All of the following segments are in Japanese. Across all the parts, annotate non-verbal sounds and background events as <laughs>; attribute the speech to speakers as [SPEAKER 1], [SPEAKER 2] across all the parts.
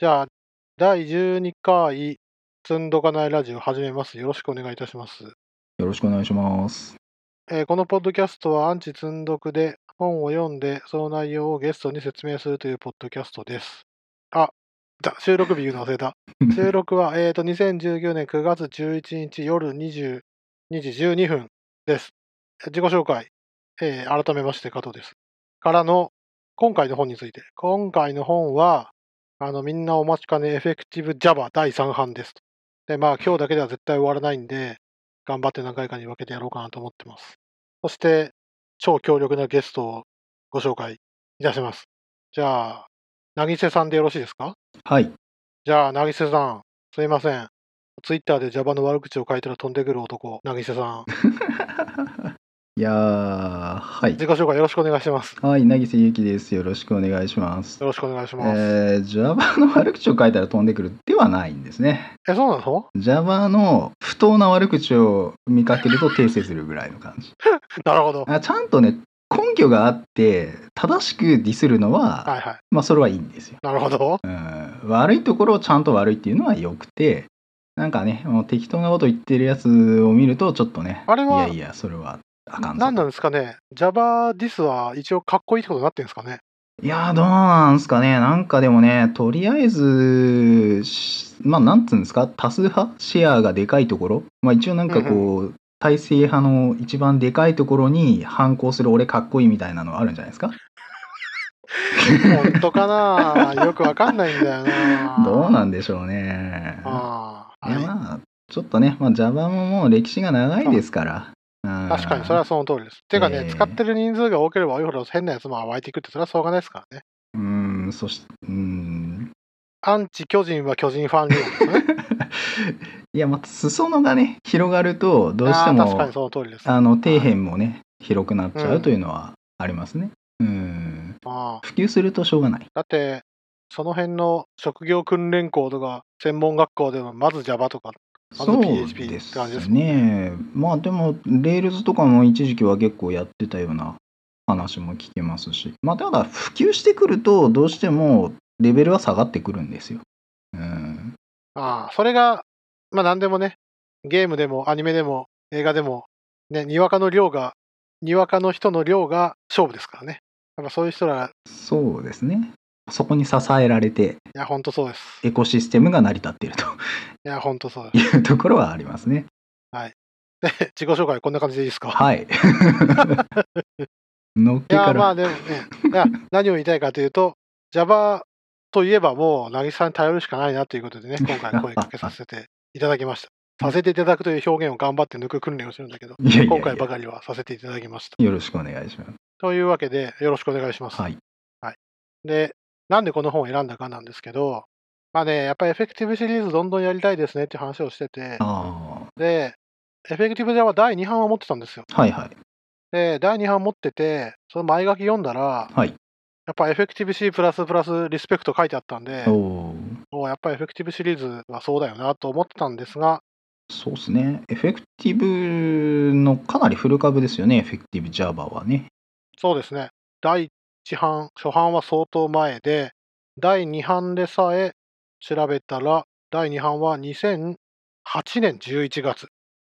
[SPEAKER 1] じゃあ、第12回、積んどかないラジオ始めます。よろしくお願いいたします。
[SPEAKER 2] よろしくお願いし
[SPEAKER 1] <laughs>
[SPEAKER 2] ます。
[SPEAKER 1] えーこのポッドキャストは、アンチ積んどくで本を読んで、その内容をゲストに説明するというポッドキャストです。あ、だ収録日言うの忘れた。
[SPEAKER 2] <laughs>
[SPEAKER 1] 収録は、えーと、2019年9月11日夜22時12分です。自己紹介、えー改めまして加藤です。からの、今回の本について。今回の本は、あの、みんなお待ちかね、エフェクティブ Java 第3版です。で、まあ、今日だけでは絶対終わらないんで、頑張って何回かに分けてやろうかなと思ってます。そして、超強力なゲストをご紹介いたします。じゃあ、なぎせさんでよろしいですか
[SPEAKER 2] はい。
[SPEAKER 1] じゃあ、なぎせさん、すいません。ツイッターで Java の悪口を書いたら飛んでくる男、なぎせさん。
[SPEAKER 2] いやー、はい
[SPEAKER 1] 自。己紹介よろしくお願いします。
[SPEAKER 2] はい、なぎせゆうきです。よろしくお願いします
[SPEAKER 1] よ。ろしくお願いします。え
[SPEAKER 2] えー、Java の悪口を書いたら飛んでくるではないんですね。
[SPEAKER 1] そうなの <laughs>
[SPEAKER 2] Java の不当な悪口を見かけると訂正するぐらいの感じ。
[SPEAKER 1] なるほど。
[SPEAKER 2] あちゃんとね、根拠があって、正しくディスるのは、
[SPEAKER 1] はいはい。
[SPEAKER 2] まあ、それはいいんですよ。
[SPEAKER 1] なるほど。
[SPEAKER 2] うん悪いところをちゃんと悪いっていうのは良くて、なんかね、もう適当なこと言ってるやつを見ると、ちょっとね、
[SPEAKER 1] あれはい
[SPEAKER 2] やいや、それはあかんぞ
[SPEAKER 1] 何なんですかね ?Java ディスは一応かっこいいってことになってるんです
[SPEAKER 2] <laughs>
[SPEAKER 1] かね
[SPEAKER 2] いやー、どうなんすかね。なんかでもね、とりあえず、しまあ、なんつうんですか、多数派シェアがでかいところまあ、一応なんかこう、体制派の一番でかいところに反抗する俺かっこいいみたいなのはあるんじゃないですか
[SPEAKER 1] 本当かなよくわかんないんだよな。
[SPEAKER 2] どうなんんでしょうね。
[SPEAKER 1] ああ、
[SPEAKER 2] いや
[SPEAKER 1] はい
[SPEAKER 2] まあ、ちょっとね、まあ、Java ももう歴史が長いですから。うん
[SPEAKER 1] 確かに、それはその通りです。ていうかね、
[SPEAKER 2] ええ
[SPEAKER 1] 使ってる人数が多ければ多いほど変なやつも湧いていくって、それはしょうがないですからね。
[SPEAKER 2] うん、そし、うん。
[SPEAKER 1] アンチ巨人は巨人ファン理論ですね。
[SPEAKER 2] いや、まあ、裾野がね、広がると、 <laughs> どうして
[SPEAKER 1] あー確か
[SPEAKER 2] も
[SPEAKER 1] にその通りです。あ
[SPEAKER 2] あの底辺もね広くなっちゃ
[SPEAKER 1] うん
[SPEAKER 2] うというのはありますね。うん
[SPEAKER 1] あ
[SPEAKER 2] 普及するとしょうがない。
[SPEAKER 1] だって、その辺の職業訓練校とか、専門学校でも、まず Java とか、まず
[SPEAKER 2] そう
[SPEAKER 1] PHP って感じですもん
[SPEAKER 2] ね。まあでも Rails とかも一時期は結構やってたような話も聞けますし、まあただ普及してくるとどうしてもレベルは下がってくるんですよ。うん、
[SPEAKER 1] ああそれが、まあ何でもね、ゲームでもアニメでも映画でも、ね、にわかの量が、にわかの人の量が勝負ですからね。やっぱそういう人らが、い
[SPEAKER 2] そうですね。そこに支えられて
[SPEAKER 1] や、ほんとそうです。い
[SPEAKER 2] エコシステムが成り立っていると
[SPEAKER 1] や、ほんとそうで
[SPEAKER 2] いうとこ <laughs> ろはありますね。
[SPEAKER 1] す。で自己紹介こんな感じでいいですか
[SPEAKER 2] はい。 <laughs> のっ
[SPEAKER 1] い
[SPEAKER 2] け
[SPEAKER 1] や、
[SPEAKER 2] から。
[SPEAKER 1] まあでもね、いや、何を言いたいかというと、Java といえばもう、なぎさに頼るしかないなということで
[SPEAKER 2] <laughs>
[SPEAKER 1] ね、今回声かけさせていただきました。させていただくという表現を頑張って抜く訓練をするんだけど、
[SPEAKER 2] いやいやいや
[SPEAKER 1] 今回ばかりはさせていただきました。
[SPEAKER 2] よろしくお願いします。
[SPEAKER 1] というわけで、よろしくお願いします。
[SPEAKER 2] はい。
[SPEAKER 1] で、なんでこの本を選んだかなんですけど、まあね、やっぱりエフェクティブシリーズどんどんやりたいですねって話をしてて、
[SPEAKER 2] あ
[SPEAKER 1] で、エフェクティブ Java 第2版は持ってたんですよ。
[SPEAKER 2] あ、はいはい。
[SPEAKER 1] で、第2版持ってて、その前書き読んだら、
[SPEAKER 2] はい。
[SPEAKER 1] やっぱエフェクティブ C++ リスペクト書いてあったんで
[SPEAKER 2] お、おー、
[SPEAKER 1] おやっぱりエフェクティブシリーズはそうだよなと思ってたんですが、
[SPEAKER 2] そうですね。エフェクティブのかなり古株ですよね、エフェクティブ Java はね。
[SPEAKER 1] そうですね、第1版、初版は相当前で、第2版でさえ調べたら、第2版は2008年11月。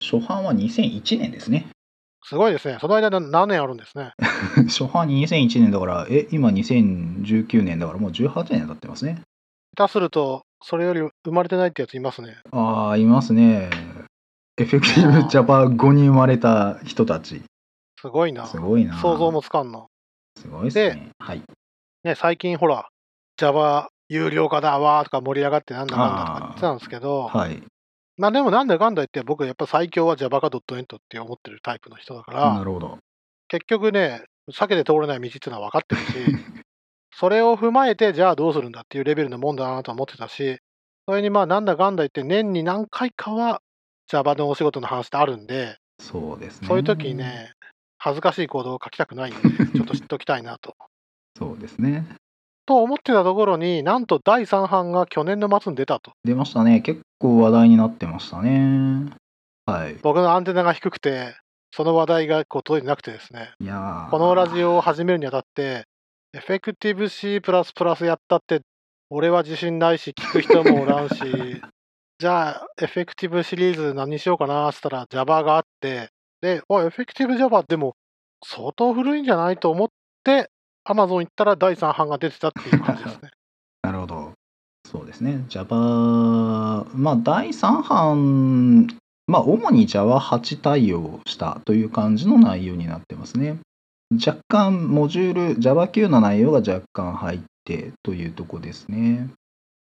[SPEAKER 2] 初版は2001年ですね。 <laughs>
[SPEAKER 1] すごいですね。その間な何年あるんですね。
[SPEAKER 2] 初版2001年だから、え、今2019年だからもう18年経ってますね。
[SPEAKER 1] 下手すると、それより生まれてないってやついますね。
[SPEAKER 2] ああ、いますね。エフェクティブ Java 後に生まれた人たち。
[SPEAKER 1] すごいな。
[SPEAKER 2] す
[SPEAKER 1] 想
[SPEAKER 2] ごいな。
[SPEAKER 1] 像もつかんな。
[SPEAKER 2] すごいですね。はい。
[SPEAKER 1] ね、最近ほら、Java 有料化だわーとか盛り上がってなんだかんだとか
[SPEAKER 2] あー
[SPEAKER 1] 言ってたんですけど、
[SPEAKER 2] はい。
[SPEAKER 1] まあでもなんだかんだ言って僕やっぱ最強は Java か .NET って思ってるタイプの人だから
[SPEAKER 2] なるほど。
[SPEAKER 1] 結局ね避けて通れない道っていうのは分かってるしそれを踏まえてじゃあどうするんだっていうレベルのもんだなと思ってたしそれにまあなんだかんだ言って年に何回かは Java のお仕事の話ってあるんで
[SPEAKER 2] そうですね。
[SPEAKER 1] そういう時に。ね恥ずかしい行動を書きたくないんでちょっと知っときたいなと。
[SPEAKER 2] そうですね。
[SPEAKER 1] と思ってたところになんと第3版が去年の末に出たと
[SPEAKER 2] 出ましたね。結構話題になってましたね。はい。
[SPEAKER 1] 僕のアンテナが低くてその話題がこう届いてなくてですね
[SPEAKER 2] いやー
[SPEAKER 1] このラジオを始めるにあたって、エフェクティブ C++ やったって、俺は自信ないし、聞く人もおらん
[SPEAKER 2] <laughs>
[SPEAKER 1] し、じゃあ、エフェクティブシリーズ何しようかなっつったら Java があって、で、あ、エフェクティブ Java でも相当古いんじゃないと思って、Amazon 行ったら第3版が出てたっていう感じです
[SPEAKER 2] <laughs>
[SPEAKER 1] ね。
[SPEAKER 2] なるほど。そうですね。Java、まあ、第3版、まあ、主に Java8 対応したという感じの内容になってますね。若干、モジュール、Java9 の内容が若干入ってというとこですね。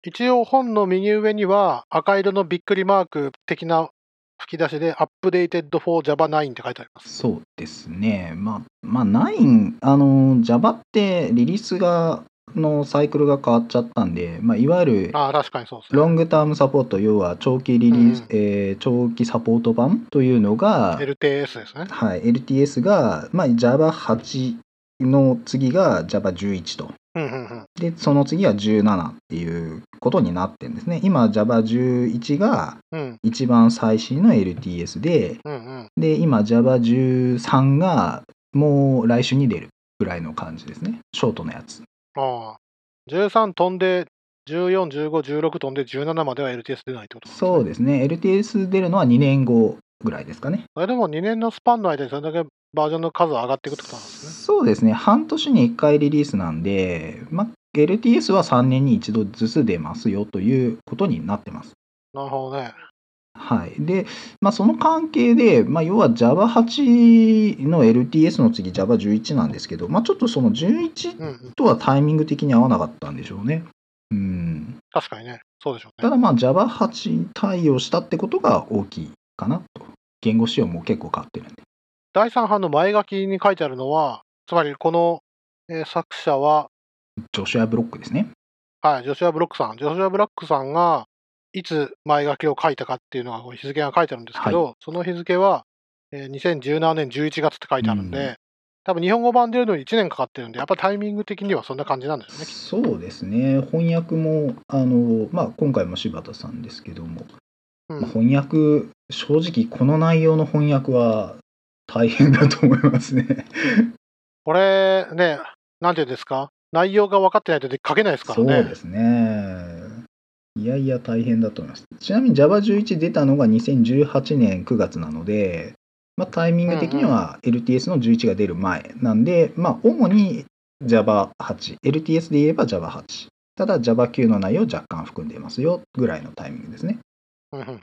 [SPEAKER 1] 一応本の右上には赤色のびっくりマーク的な吹き出しで Updated for Java9 って書いてあります。
[SPEAKER 2] そうですね。まあ、まあ、9、あの、Java ってリリースが、のサイクルが変わっちゃったんで、まあ、いわゆる
[SPEAKER 1] ああ、確かにそうですね。
[SPEAKER 2] ロングタームサポート、要は長期リリース、
[SPEAKER 1] うん
[SPEAKER 2] えー長期サポート版というのが、
[SPEAKER 1] LTS です
[SPEAKER 2] <laughs>
[SPEAKER 1] ね。
[SPEAKER 2] はい、LTS が、まあ、Java8 の次が Java11 と。
[SPEAKER 1] うんうんうん。
[SPEAKER 2] で、その次は17っていうことになってるんですね。今 Java11 が
[SPEAKER 1] うん
[SPEAKER 2] 一番最新の LTS で、
[SPEAKER 1] うんうん。
[SPEAKER 2] で、今 Java13 がもう来週に出るぐらいの感じですね。ショートのやつ。
[SPEAKER 1] ああ。13飛んで、14、15、16飛んで、17までは LTS 出ないってことですね
[SPEAKER 2] そうですね。LTS 出るのは2年後ぐらいですかね。
[SPEAKER 1] それでも2年のスパンの間にそれだけバージョンの数は上がっていくってことなんですね。
[SPEAKER 2] そうですね半年に1回リリースなんで、ま、LTS は3年に1度ずつ出ますよということになってます。
[SPEAKER 1] なるほどね。
[SPEAKER 2] はい、で、まあ、その関係で、まあ、要は Java8 の LTS の次 Java11 なんですけど、まあ、ちょっとその
[SPEAKER 1] うんう
[SPEAKER 2] 11
[SPEAKER 1] ん。
[SPEAKER 2] とはタイミング的に合わなかったんでしょうね。うん、
[SPEAKER 1] 確かにね。そうでしょう
[SPEAKER 2] た
[SPEAKER 1] ね。
[SPEAKER 2] だまあ Java8 対応したってことが大きいかなと。言語仕様も結構変わってるんで。
[SPEAKER 1] 第3版の前書きに書いてあるのは、つまりこの、えー作者は、
[SPEAKER 2] ジョシュアブロックですね。
[SPEAKER 1] はい、ジョシュア・ブロックさん。ジョシュア・ブロックさんが、いつ前書きを書いたかっていうのが、こう日付が書いてあるんですけど、その日付は、えー2017年11月って書いてあるんで、
[SPEAKER 2] うん
[SPEAKER 1] 多分日本語版出るのに1年かかってるんで、やっぱタイミング的にはそんな感じなんですね。
[SPEAKER 2] そうですね翻訳もあの、まあ、今回も柴田さんですけども、
[SPEAKER 1] うん
[SPEAKER 2] まあ翻訳正直この内容の翻訳は大変だと思いますね。
[SPEAKER 1] これ、ね、なんていうんですか、内容が分かってないとで書けないですから
[SPEAKER 2] そう
[SPEAKER 1] ね。
[SPEAKER 2] ですね。いやいや大変だと思います。ちなみに Java11 出たのが2018年9月なので、まあ、タイミング的には LTS の11が出る前なんで、まあ、主に Java8、LTS で言えば Java8。ただ Java9 の内容を若干含んでいますよぐらいのタイミングですね。
[SPEAKER 1] うんうんうん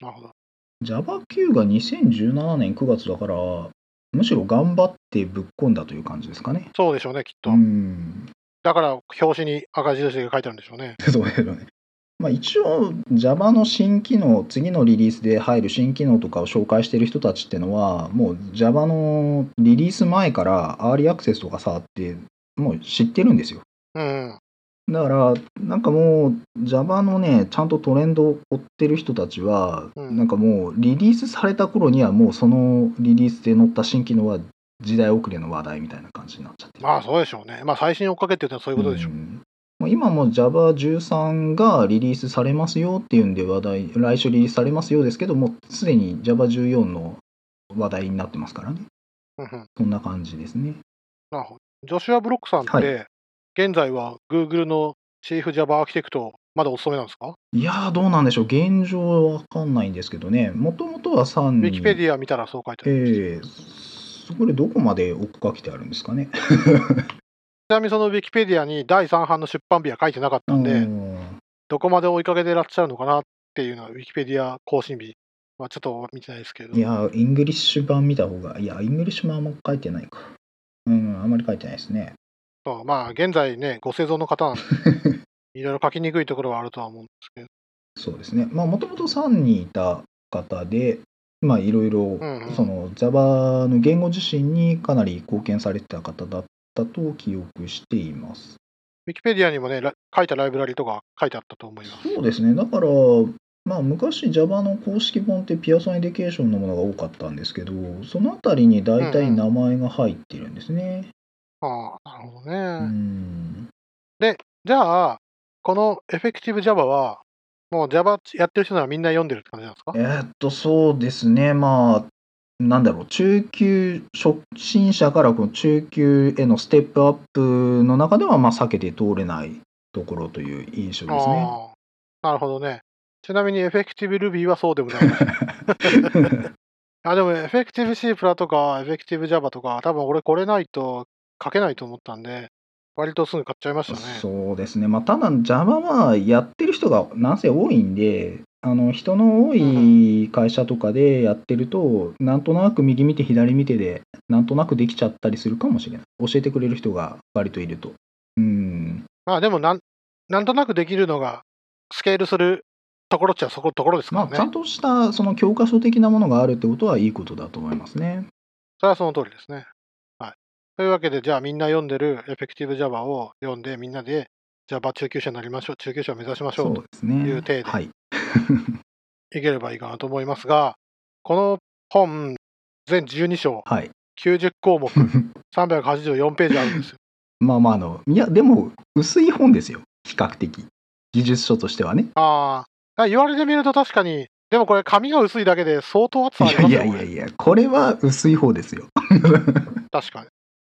[SPEAKER 1] なるほど。
[SPEAKER 2] Java9 が2017年9月だから、むしろ頑張ってぶっ込んだという感じですかね。
[SPEAKER 1] そうでしょうね、きっと。
[SPEAKER 2] ん。 <laughs>
[SPEAKER 1] だから、表紙に赤字印が書いてあるんでしょうね。
[SPEAKER 2] そうですよね。まあ、一応 Java の新機能、次のリリースで入る新機能とかを紹介してる人たちってのは、もう Java のリリース前からアーリーアクセスとか触って、もう知ってるんですよ。
[SPEAKER 1] うんうん。
[SPEAKER 2] だから、なんかもう Java のね、ちゃんとトレンドを追ってる人たちは、
[SPEAKER 1] うん
[SPEAKER 2] なんかもうリリースされた頃にはもうそのリリースで載った新機能は時代遅れの話題みたいな感じになっちゃってる
[SPEAKER 1] まあ、そうでしょうね。まあ、最新追っかけっていうのはそういうことでしょう。
[SPEAKER 2] んもう今も Java13 がリリースされますよっていうんで話題、来週リリースされますよですけども、すでに Java14 の話題になってますからね。
[SPEAKER 1] うんうん。
[SPEAKER 2] そんな感じですね。
[SPEAKER 1] なるほど。ジョシュア・ブロックさんって、
[SPEAKER 2] はい
[SPEAKER 1] 現在は Google のチーフ Java アーキテクトをまだお勤めなんですか、
[SPEAKER 2] いやー、どうなんでしょう。現状わかんないんですけどね。もともとは3
[SPEAKER 1] ウ
[SPEAKER 2] に。
[SPEAKER 1] ィキペディア見たらそう書いてある。ち
[SPEAKER 2] ええそこれどこまで追っかけてあるんですかね。
[SPEAKER 1] なみにそのウィキペディアに第3版の出版日は書いてなかったんで、
[SPEAKER 2] うん
[SPEAKER 1] どこまで追いかけてらっしゃるのかなっていうのは、ウィキペディア更新日はちょっと見てないですけれど
[SPEAKER 2] い。や、イングリッシュ版見た方が、いや、イングリッシュ版も書いてないか。うん、あんまり書いてないですね。
[SPEAKER 1] そうまあ、現在ね、ご製造の
[SPEAKER 2] <laughs>
[SPEAKER 1] 方なんで、いろいろ書きにくいところはあるとは思うんですけど。
[SPEAKER 2] そうですね。まあ、もともと3にいた方で、まあ、いろいろ
[SPEAKER 1] うんうん、
[SPEAKER 2] その Java の言語自身にかなり貢献されてた方だったと記憶しています。
[SPEAKER 1] ウィキペディアにもね、ら書いたライブラリとか書いてあったと思い
[SPEAKER 2] <laughs>
[SPEAKER 1] ます。
[SPEAKER 2] そうですね。だから、まあ、昔 Java の公式本ってピアソンエデュケーションのものが多かったんですけど、そのあたりに大
[SPEAKER 1] うんう
[SPEAKER 2] 体
[SPEAKER 1] ん
[SPEAKER 2] 名前が入ってるんですね。
[SPEAKER 1] ああ、なるほどね。
[SPEAKER 2] うん。
[SPEAKER 1] じゃあ、このエフェクティブ Java は、もう Java やってる人ならみんな読んでるって感じなんですか
[SPEAKER 2] えーっと、そうですね。まあ、なんだろう、中級、初心者からこの中級へのステップアップの中では、まあ、避けて通れないところという印象ですね。
[SPEAKER 1] ああ、なるほどね。ちなみにエフェクティブ Ruby はそうでも
[SPEAKER 2] <laughs>
[SPEAKER 1] ないです。あ、でもエフェクティブ C プラとか、エフェクティブ Java とか、多分俺これないと書けないと思ったんで、割とすぐ買っちゃいましたね。
[SPEAKER 2] そうですね、まあ、ただ Java はやってる人がなんせ多いんで、あの人の多い会社とかでやってると、なんとなく右見て左見てで、なんとなくできちゃったりするかもしれない。教えてくれる人が割といると。うん、
[SPEAKER 1] まあでもなん、なんとなくできるのが、スケールするところっちゃそこところですか
[SPEAKER 2] ま
[SPEAKER 1] ら
[SPEAKER 2] あ、
[SPEAKER 1] ね。
[SPEAKER 2] ちゃんとしたその教科書的なものがあるってことはいいことだと思いますね。
[SPEAKER 1] それはその通りですね。はい。というわけで、じゃあみんな読んでるエフェクティブ Java を読んで、みんなで Java 中級者になりましょう、中級者を目指しましょ
[SPEAKER 2] そうう
[SPEAKER 1] と
[SPEAKER 2] ですね。
[SPEAKER 1] いう体で
[SPEAKER 2] はい。
[SPEAKER 1] いければいいかなと思いますが、この本、全12章、
[SPEAKER 2] はい。 <laughs>
[SPEAKER 1] 90項目、384ページあるんですよ。 <laughs>
[SPEAKER 2] まあまあ、あの、いや、でも、薄い本ですよ。比較的。技術書としてはね。
[SPEAKER 1] ああ、言われてみると確かに、でもこれ、紙が薄いだけで相当厚
[SPEAKER 2] い
[SPEAKER 1] さありま
[SPEAKER 2] やい
[SPEAKER 1] すよ、
[SPEAKER 2] や
[SPEAKER 1] ね、
[SPEAKER 2] いやいや、これは薄い方ですよ。
[SPEAKER 1] 確かに。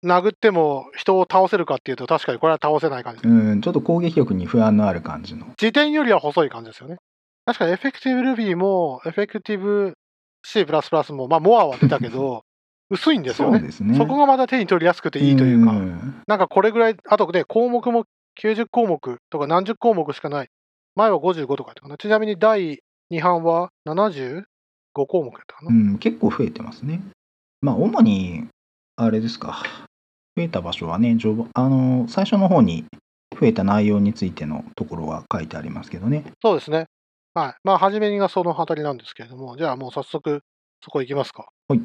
[SPEAKER 1] 殴っても人を倒せるかっていうと、確かにこれは倒せない感じ。
[SPEAKER 2] うん、ちょっと攻撃力に不安のある感じの。
[SPEAKER 1] 辞典よりは細い感じですよね。確かにエフェクティブ Ruby も、エフェクティブ C++ も、まあ、モアは出たけど、 <laughs> 薄いんですよ
[SPEAKER 2] そう
[SPEAKER 1] ね。
[SPEAKER 2] ですね。
[SPEAKER 1] そこがまた手に取りやすくていいというか。
[SPEAKER 2] ん
[SPEAKER 1] なんかこれぐらい、あとね、項目も90項目とか何十項目しかない。前は55とかやったかな。ちなみに第2版は75項目やったかな。
[SPEAKER 2] うん、結構増えてますね。まあ、主に、あれですか。増えた場所はね、序盤あの、最初の方に増えた内容についてのところは書いてありますけどね。
[SPEAKER 1] そうですね。はい。まあ、初めにがそのあたりなんですけれども、じゃあもう早速、そこ行きますか。
[SPEAKER 2] はい。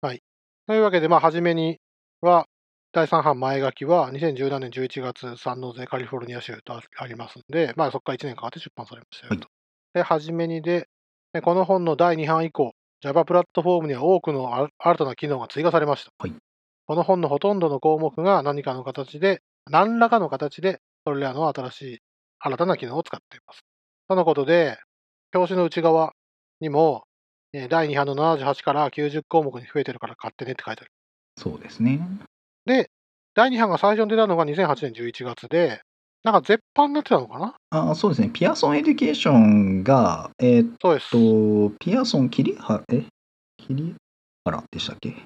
[SPEAKER 1] はい。というわけで、まあ、初めには、第3版前書きは2017年11月、三ノ瀬カリフォルニア州とありますんで、まあ、そこから1年かかって出版されましたよと。
[SPEAKER 2] はい
[SPEAKER 1] で、初めにで、でこの本の第2版以降、Java プラットフォームには多くのあ新たな機能が追加されました。
[SPEAKER 2] はい
[SPEAKER 1] この本のほとんどの項目が何かの形で、何らかの形で、それらの新しい、新たな機能を使っています。とのことで、表紙の内側にも、えー第2版の78から90項目に増えてるから買ってねって書いてある。
[SPEAKER 2] そうですね。
[SPEAKER 1] 第2版が最初に出たのが2008年11月で、なんか絶版になってたのかな
[SPEAKER 2] あそうですね。ピアソンエデュケーションが、えーっ
[SPEAKER 1] そうです。
[SPEAKER 2] と、ピアソン桐原、え桐原でしたっけ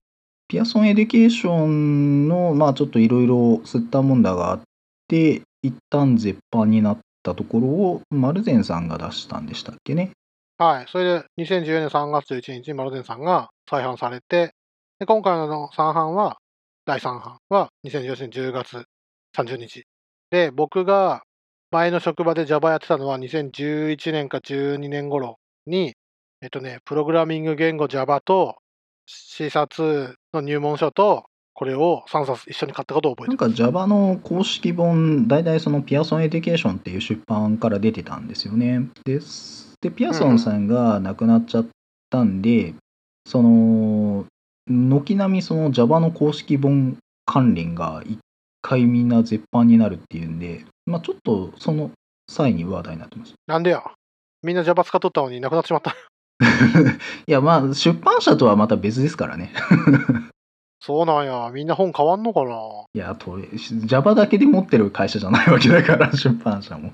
[SPEAKER 2] ピアソンエデュケーションの、まあちょっといろいろ吸ったもんだがあって、一旦絶版になったところを、マルゼンさんが出したんでしたっけね。
[SPEAKER 1] はい。それで2014年3月11日にマルゼンさんが再版されて、で今回の3版は、第3版は2014年10月30日。で、僕が前の職場で Java やってたのは2011年か12年頃に、えっとね、プログラミング言語 Java と C2 の入門書と、これを3冊一緒に買ったことを覚え
[SPEAKER 2] な
[SPEAKER 1] て
[SPEAKER 2] ん
[SPEAKER 1] ます。
[SPEAKER 2] か Java の公式本、大体そのピアソンエデュケーションっていう出版から出てたんですよね。ですで、ピアソンさんが亡くなっちゃったんで、その、軒並みその Java の公式本関連が一回みんな絶版になるっていうんで、まあちょっとその際に話題になってます。
[SPEAKER 1] なんでや。みんな Java 使っとったのになくなってしまった。 <laughs>
[SPEAKER 2] いや、まあ出版社とはまた別ですからね。
[SPEAKER 1] そうなんや。みんな本変わんのかない
[SPEAKER 2] や、と Java だけで持ってる会社じゃないわけだから、出版社も。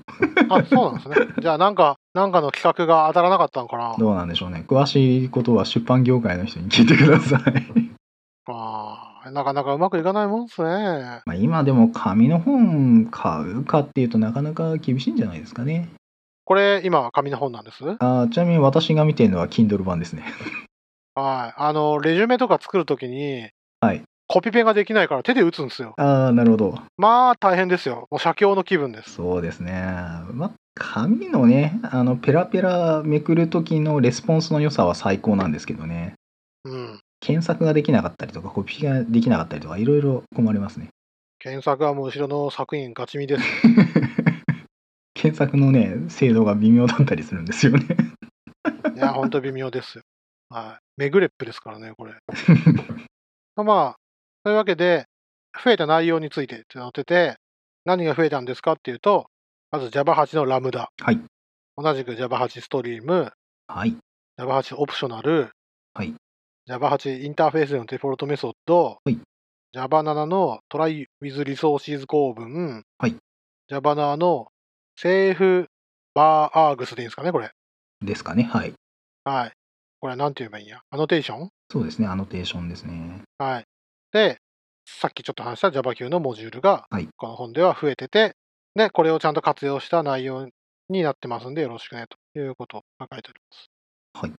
[SPEAKER 1] あ、そうなんですね。
[SPEAKER 2] <laughs>
[SPEAKER 1] じゃあ、なんか、なんかの企画が当たらなかったのかな。
[SPEAKER 2] どうなんでしょうね。詳しいことは出版業界の人に聞いてくださ <laughs> い。
[SPEAKER 1] あーなかなかうまくいかないもんですね。
[SPEAKER 2] まあ今でも紙の本買うかっていうとなかなか厳しいんじゃないですかね。
[SPEAKER 1] これ、今は紙の本なんです。はい。
[SPEAKER 2] あーちなみに私が見てるのは Kindle 版ですね。
[SPEAKER 1] あの、レジュメとか作るときに、
[SPEAKER 2] はい
[SPEAKER 1] コピペができないから手で打つんですよ。
[SPEAKER 2] ああ、なるほど。
[SPEAKER 1] まあ、大変ですよ。もう写経の気分です。
[SPEAKER 2] そうですね。まあ紙のね、あのペラペラめくる時のレスポンスの良さは最高なんですけどね。
[SPEAKER 1] うん。
[SPEAKER 2] 検索ができなかったりとか、コピーができなかったりとか、いろいろ困り <laughs> ますね。
[SPEAKER 1] 検索はもう後ろの作品ガチ
[SPEAKER 2] <laughs>
[SPEAKER 1] 見です。
[SPEAKER 2] 検索のね、精度が微妙だったりするんですよ <laughs> ね。
[SPEAKER 1] いや、ほんと微妙ですよ。はい。メグレップですからね、これ。まあ、というわけで、増えた内容についてってなってて、何が増えたんですかっていうと、まず Java8 のラムダ。
[SPEAKER 2] はい。
[SPEAKER 1] 同じく Java8 ストリーム、
[SPEAKER 2] はい。
[SPEAKER 1] Java8 オプショナル、
[SPEAKER 2] はい。
[SPEAKER 1] Java8 インターフェースでのデフォルトメソッド、
[SPEAKER 2] はい
[SPEAKER 1] Java7 の Try with Resources 構文、
[SPEAKER 2] はい
[SPEAKER 1] Java7 のセーフ・バー・アーグスでいいんですかね、これ。
[SPEAKER 2] ですかね。はい。
[SPEAKER 1] はい。これは何て言えばいいんや。アノテーション
[SPEAKER 2] そうですね。アノテーションですね。
[SPEAKER 1] はい。で、さっきちょっと話した JavaQ のモジュールが
[SPEAKER 2] はい、
[SPEAKER 1] この本では増えてて、ね、これをちゃんと活用した内容になってますんで、よろしくね、ということが書いてあります。
[SPEAKER 2] はい。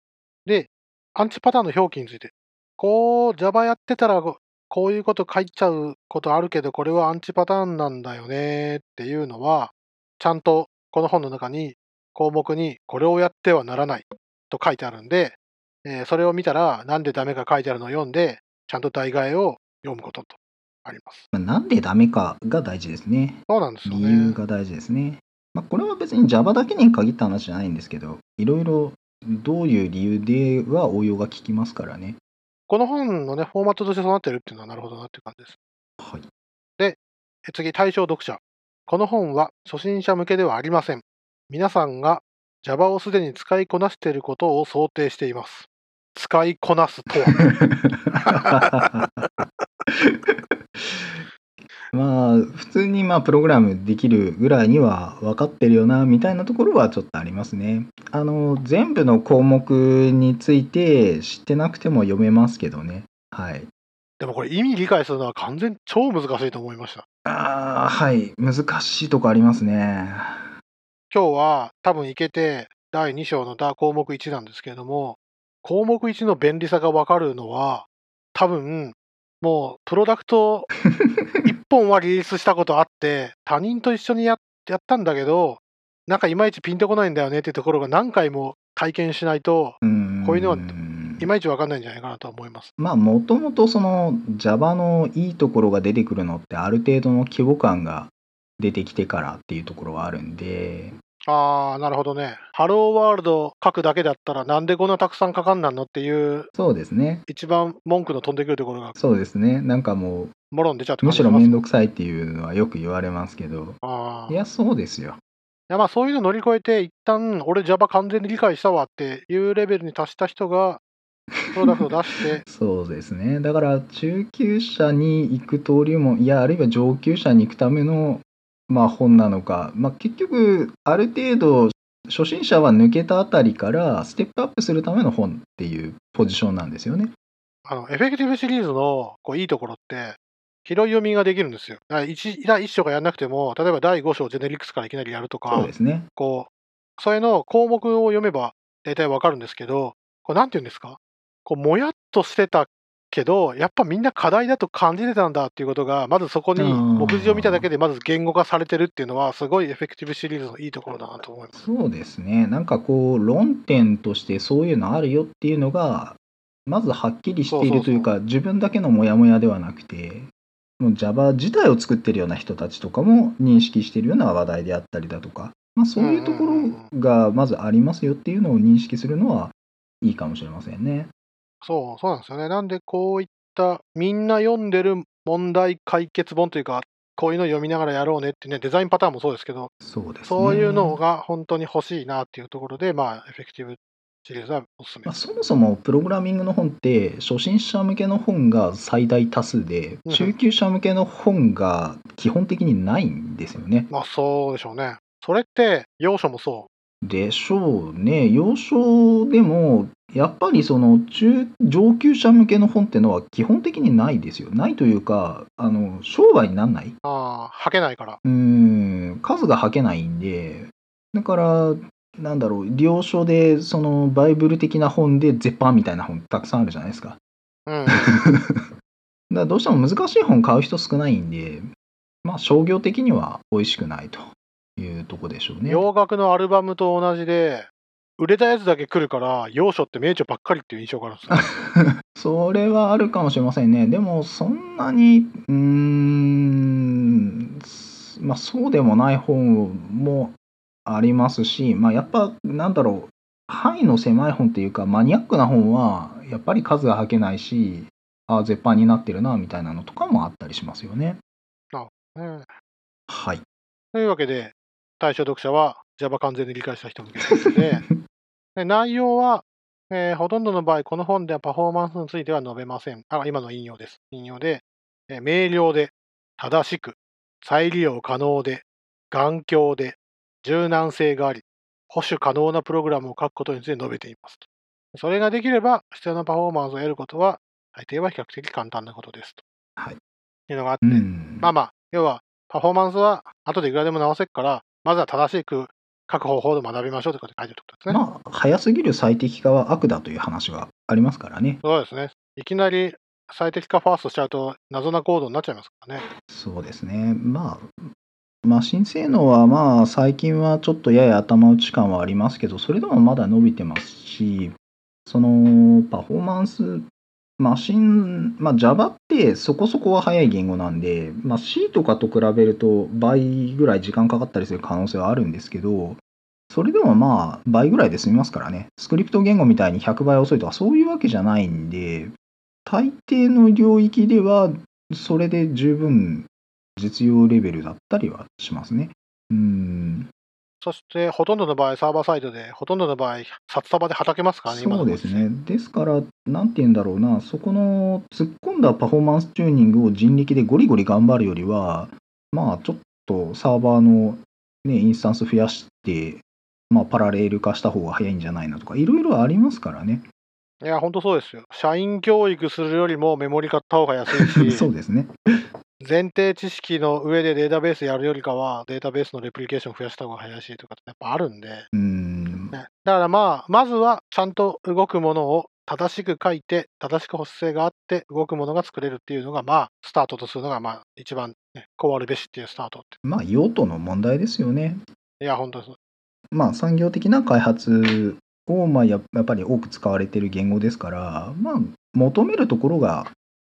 [SPEAKER 1] で、アンチパターンの表記について、こう、Java やってたら、こういうこと書いちゃうことあるけど、これはアンチパターンなんだよねっていうのは、ちゃんとこの本の中に、項目に、これをやってはならないと書いてあるんで、えーそれを見たら、なんでダメか書いてあるのを読んで、ちゃんと代替えを読むこととあります。
[SPEAKER 2] まあなんでダメかが大事ですね。
[SPEAKER 1] そうなんですよ
[SPEAKER 2] 理由
[SPEAKER 1] ね。
[SPEAKER 2] が大事ですね。まあ、これは別に Java だけに限った話じゃないんですけど、いろいろどういう理由では応用が効きますから
[SPEAKER 1] <laughs>
[SPEAKER 2] ね。
[SPEAKER 1] この本のね、フォーマットとしてそうなってるっていうのはなるほどなっていう感じです。
[SPEAKER 2] はい。
[SPEAKER 1] え次、対象読者。この本は初心者向けではありません。皆さんが Java をすでに使いこなしていることを想定しています。使いこなすと
[SPEAKER 2] <laughs>
[SPEAKER 1] は。
[SPEAKER 2] まあ普通にまあプログラムできるぐらいには分かってるよなみたいなところはちょっとありますね。あの全部の項目について知ってなくても読めますけどね。はい。
[SPEAKER 1] でもこれ意味理解するのは完全に超難しいと思いました。
[SPEAKER 2] ああはい難しいとこありますね。
[SPEAKER 1] 今日は多分いけて第2章のだ項目1なんですけれども項目1の便利さが分かるのは多分もうプロダク <laughs> ト1本はリリースしたことあって他人と一緒にややったんだけどなんかいまいちピンとこないんだよねっていうところが何回も体験しないと
[SPEAKER 2] うん
[SPEAKER 1] こういうのは今いまいち分かんないんじゃないかなと思います。
[SPEAKER 2] まあもともとその Java のいいところが出てくるのってある程度の規模感が出てきてからっていうところはあるんで
[SPEAKER 1] あーなるほどね。ハローワールド書くだけだったらなんでこんなたくさん書かんなんのっていう
[SPEAKER 2] そうですね
[SPEAKER 1] 一番文句の飛んでくるところが
[SPEAKER 2] そうですねなんかも
[SPEAKER 1] もろん出ちゃって感
[SPEAKER 2] うむ
[SPEAKER 1] じし
[SPEAKER 2] し
[SPEAKER 1] ま
[SPEAKER 2] ろ
[SPEAKER 1] すね
[SPEAKER 2] 面倒くさいっていうのはよく言われますけど
[SPEAKER 1] ああ。
[SPEAKER 2] い
[SPEAKER 1] い
[SPEAKER 2] やそうですよ、
[SPEAKER 1] やまあそういうの乗り越えて、一旦俺 Java 完全に理解したわっていうレベルに達した人が、プロダクトを出して <laughs>
[SPEAKER 2] そうですねだから中級者に行く登竜門いやあるいは上級者に行くためのまあ本なのか、まあ、結局ある程度初心者は抜けたあたりからステップアップするための本っていうポジションなんですよね。
[SPEAKER 1] あの、エフェクティブシリーズのこういいところって、拾い読みができるんですよ。だから一第1章がやんなくても、例えば第5章ジェネリクスからいきなりやると
[SPEAKER 2] そう
[SPEAKER 1] か
[SPEAKER 2] で、すね。
[SPEAKER 1] こう、それの項目を読めば大体わかるんですけど、こうなんて言うんですかこう、もやっとしてたけど、やっぱみんな課題だと感じてたんだっていうことが、まずそこに
[SPEAKER 2] あー
[SPEAKER 1] 目次を見ただけで、まず言語化されてるっていうのは、すごいエフェクティブシリーズのいいところだなと思います。
[SPEAKER 2] そうですね。なんかこう論点としてそういうのあるよっていうのがまずはっきりして
[SPEAKER 1] そ
[SPEAKER 2] い
[SPEAKER 1] うそうそ
[SPEAKER 2] る
[SPEAKER 1] う
[SPEAKER 2] というか自分だけのモヤモヤではなくてもう Java 自体を作ってるような人たちとかも認識してるような話題であったりだとか、まあ、そういうところがまずありますよっていうのを認識するのはいいかもしれませんね。
[SPEAKER 1] そう、そうなんですよね。なんで、こういった、みんな読んでる問題解決本というか、こういうの読みながらやろうねってね、デザインパターンもそうですけど、
[SPEAKER 2] そうですね。
[SPEAKER 1] そういうのが本当に欲しいなっていうところで、まあ、エフェクティブシリーズはおすすめ
[SPEAKER 2] まあ、。そもそもプログラミングの本って初心者向けの本が最大多数で
[SPEAKER 1] うん
[SPEAKER 2] 中級者向けの本が基本的にないんですよね。
[SPEAKER 1] まあそうでしょうね。それって、要所もそ、
[SPEAKER 2] でしょうね。要所でもやっぱりその中上級者向けの本ってのは基本的にないですよ。ないというかあの商売になんないう
[SPEAKER 1] ああ、はけないから。
[SPEAKER 2] うーん数がはけないんでだからなんだろう了承でそのバイブル的な本で絶版みたいな本たくさんあるじゃないですか。
[SPEAKER 1] うん。
[SPEAKER 2] だからどうしても難しい本買う人少ないんで、まあ商業的には美味しくないというとこでし <laughs> ょうね。
[SPEAKER 1] 洋楽のアルバムと同じで、売れたやつだけ来るから、要所って名著ばっかりっていう印象があるんですよ。
[SPEAKER 2] それはあるかもしれませんね。でもそんなに、うーん、まあそうでもない本もありますし、まあやっぱなんだろう、範囲の狭い本っていうかマニアックな本はやっぱり数がはけないし、ああ、絶版になってるなみたいなのとかもあったりしますよね。
[SPEAKER 1] ね
[SPEAKER 2] はい。
[SPEAKER 1] というわけで、対象読者は Java 完全に理解した人向けということ
[SPEAKER 2] <laughs>
[SPEAKER 1] で、で内容は、えーほとんどの場合、この本ではパフォーマンスについては述べません。あ今の引用です。引用で、えー明瞭で、正しく、再利用可能で、頑強で、柔軟性があり、保守可能なプログラムを書くことについて述べていますと。それができれば、必要なパフォーマンスを得ることは、大抵は比較的簡単なことですと。
[SPEAKER 2] はい。
[SPEAKER 1] いうのがあって、
[SPEAKER 2] うん。
[SPEAKER 1] まあまあ、要は、パフォーマンスは後でいくらでも直せるから、まずは正しく書く方法で学びましょうとかって書いてるってことですね。
[SPEAKER 2] まあ、早すぎる最適化は悪だという話がありますからね。
[SPEAKER 1] そうですね。いきなり最適化ファーストしちゃうと、謎なコードになっちゃいますからね。
[SPEAKER 2] そうですね。まあ、まあ、新性能はまあ、最近はちょっとやや頭打ち感はありますけど、それでもまだ伸びてますし、その、パフォーマンス、マシン、まあ、Java ってそこそこは早い言語なんで、まあ、C とかと比べると倍ぐらい時間かかったりする可能性はあるんですけど、それでもまあ倍ぐらいで済みますからね。スクリプト言語みたいに100倍遅いとかそういうわけじゃないんで、大抵の領域ではそれで十分実用レベルだったりはしますね。うん、
[SPEAKER 1] そして、ほとんどの場合、サーバーサイドで、ほとんどの場合、札束ではたけますからね、今の
[SPEAKER 2] そう
[SPEAKER 1] ご
[SPEAKER 2] で
[SPEAKER 1] 時
[SPEAKER 2] す
[SPEAKER 1] 世。
[SPEAKER 2] ね。ですから、なんて言うんだろうな、そこの突っ込んだパフォーマンスチューニングを人力でゴリゴリ頑張るよりは、まあ、ちょっとサーバーの、ね、インスタンス増やして、まあ、パラレール化した方が早いんじゃないなとか、いろいろありますからね。
[SPEAKER 1] いや、本当そうですよ。社員教育するよりもメモリ買った方が安い
[SPEAKER 2] <laughs>
[SPEAKER 1] し
[SPEAKER 2] そう、ですね。
[SPEAKER 1] 前提知識の上でデータベースやるよりかは、データベースのレプリケーション増やした方が早いしとかってやっぱあるんで、ね
[SPEAKER 2] うん、
[SPEAKER 1] だからまあ、まずはちゃんと動くものを正しく書いて、正しく補正があって、動くものが作れるっていうのが、まあ、スタートとするのが、まあ、一番、ね、こうあるべしっていうスタートっ
[SPEAKER 2] まあ、用途の問題ですよね。
[SPEAKER 1] て。いや、本当にそう。
[SPEAKER 2] まあ、産業的な開発を、まあ、ややっぱり多く使われている言語ですから、まあ、求めるところが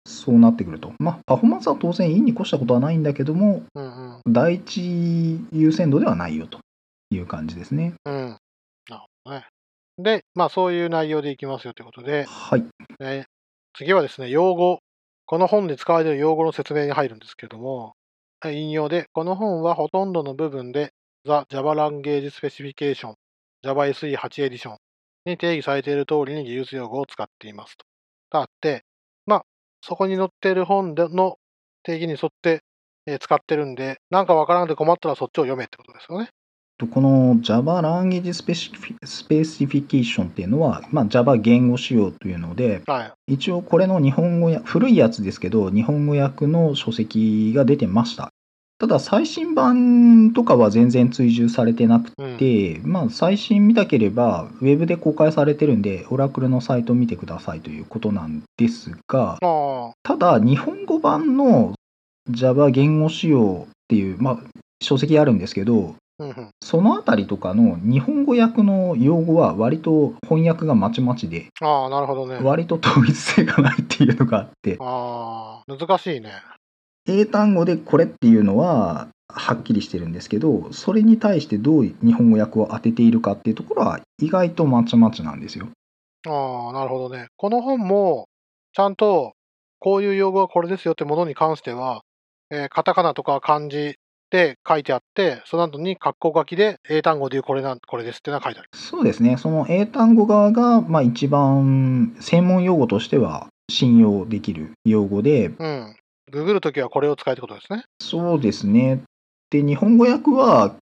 [SPEAKER 2] そうなってくると、まあ、パフォーマンスは当然いいに越したことはないんだけども
[SPEAKER 1] うん
[SPEAKER 2] 第一優先度ではないよという感じですね。
[SPEAKER 1] うん。うん。なるほどね。で、まあ、そういう内容でいきますよということで、
[SPEAKER 2] はい、
[SPEAKER 1] ね、次はですね、用語。この本で使われている用語の説明に入るんですけども、はい引用で、この本はほとんどの部分で、The Java Language Specification Java SE8 エディションに定義されている通りに技術用語を使っていますと。だって、まあ、そこに載っている本での定義に沿って、えー使ってるんで、なんかわからなくて困ったらそっちを読めってことですよね。
[SPEAKER 2] とこの Java Language Specifi- Specification っていうのは、まあ、Java 言語仕様というので
[SPEAKER 1] はい。
[SPEAKER 2] 一応これの日本語や古いやつですけど日本語訳の書籍が出てましたただ最新版とかは全然追従されてなく
[SPEAKER 1] うん、
[SPEAKER 2] て、まあ最新見たければウェブで公開されてるんでオラクルのサイト見てくださいということなんですが
[SPEAKER 1] ああ、
[SPEAKER 2] ただ日本語版の Java 言語仕様っていう、まあ、書籍あるんですけど
[SPEAKER 1] うんうん。
[SPEAKER 2] そのあたりとかの日本語訳の用語は割と翻訳がまちまちで
[SPEAKER 1] ああ、なるほどね。
[SPEAKER 2] 割と統一性がないっていうのがあって
[SPEAKER 1] ああ、難しいね。
[SPEAKER 2] 英単語でこれっていうのははっきりしてるんですけどそれに対してどう日本語訳を当てているかっていうところは意外とまちまちなんですよ。
[SPEAKER 1] ああ、なるほどね。この本も、ちゃんと、こういう用語はこれですよってものに関しては、えーカタカナとか漢字で書いてあって、その後に括弧書きで英単語で言うこれなん、これですってのが書いてある。
[SPEAKER 2] そうですねその英単語側が、まあ、一番専門用語としては信用できる用語で
[SPEAKER 1] うん。ググるときはこれを使えってことですね。
[SPEAKER 2] そうですね。で、日本語訳は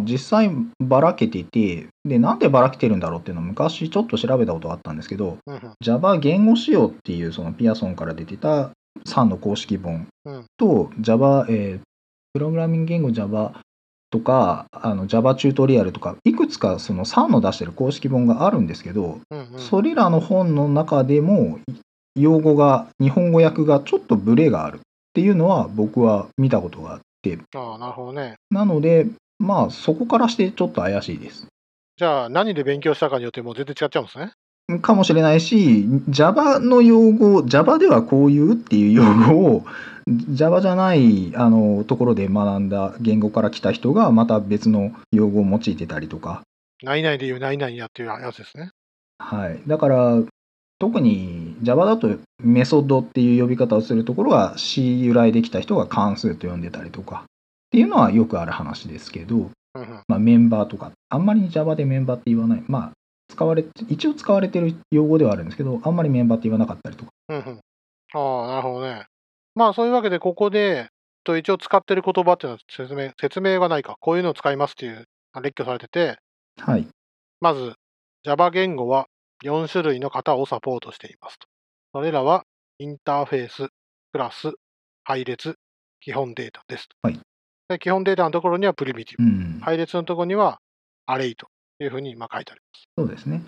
[SPEAKER 2] 実際ばらけてて、で、なんでばらけてるんだろうっていうのを昔ちょっと調べたことがあったんですけど、
[SPEAKER 1] うんう
[SPEAKER 2] Java 言語仕様っていうそのピアソンから出てた3の公式本と Java、えープログラミング言語 Java とかあの Java チュートリアルとかいくつかその3の出してる公式本があるんですけど、
[SPEAKER 1] ん。うんうん。
[SPEAKER 2] それらの本の中でも用語が日本語訳がちょっとブレがあるっていうのは僕は見たことがあって
[SPEAKER 1] ああ、なるほどね。
[SPEAKER 2] なのでまあそこからしてちょっと怪しいです
[SPEAKER 1] じゃあ、何で勉強したかによってもう全然違っちゃうんですね。
[SPEAKER 2] かもしれないし Java の用語 Java ではこういうっていう用語を Java じゃないあのところで学んだ言語から来た人がまた別の用語を用いてたりとか
[SPEAKER 1] 何々で言う何々やっていうやつですね。
[SPEAKER 2] はい、だから特に Java だとメソッドっていう呼び方をするところは C 由来できた人が関数と呼んでたりとかっていうのはよくある話ですけど、
[SPEAKER 1] うんうん。
[SPEAKER 2] まあ、メンバーとかあんまり Java でメンバーって言わないまあ使われて一応使われてる用語ではあるんですけどあんまりメンバーって言わなかったりとか
[SPEAKER 1] うんうん。ああ、なるほどね。まあ、そういうわけで、ここで、と一応使ってる言葉っていうのは説明、説明がないか、こういうのを使いますっていうまあ列挙されてて、
[SPEAKER 2] はい。
[SPEAKER 1] まず Java 言語は4種類の型をサポートしていますと。それらはインターフェース、クラス、配列、基本データですと。
[SPEAKER 2] はい
[SPEAKER 1] で基本データのところにはプリミティ
[SPEAKER 2] う
[SPEAKER 1] ブ、
[SPEAKER 2] ん。
[SPEAKER 1] 配列のところにはアレイというふうにまあ書いてあります。
[SPEAKER 2] そうですね。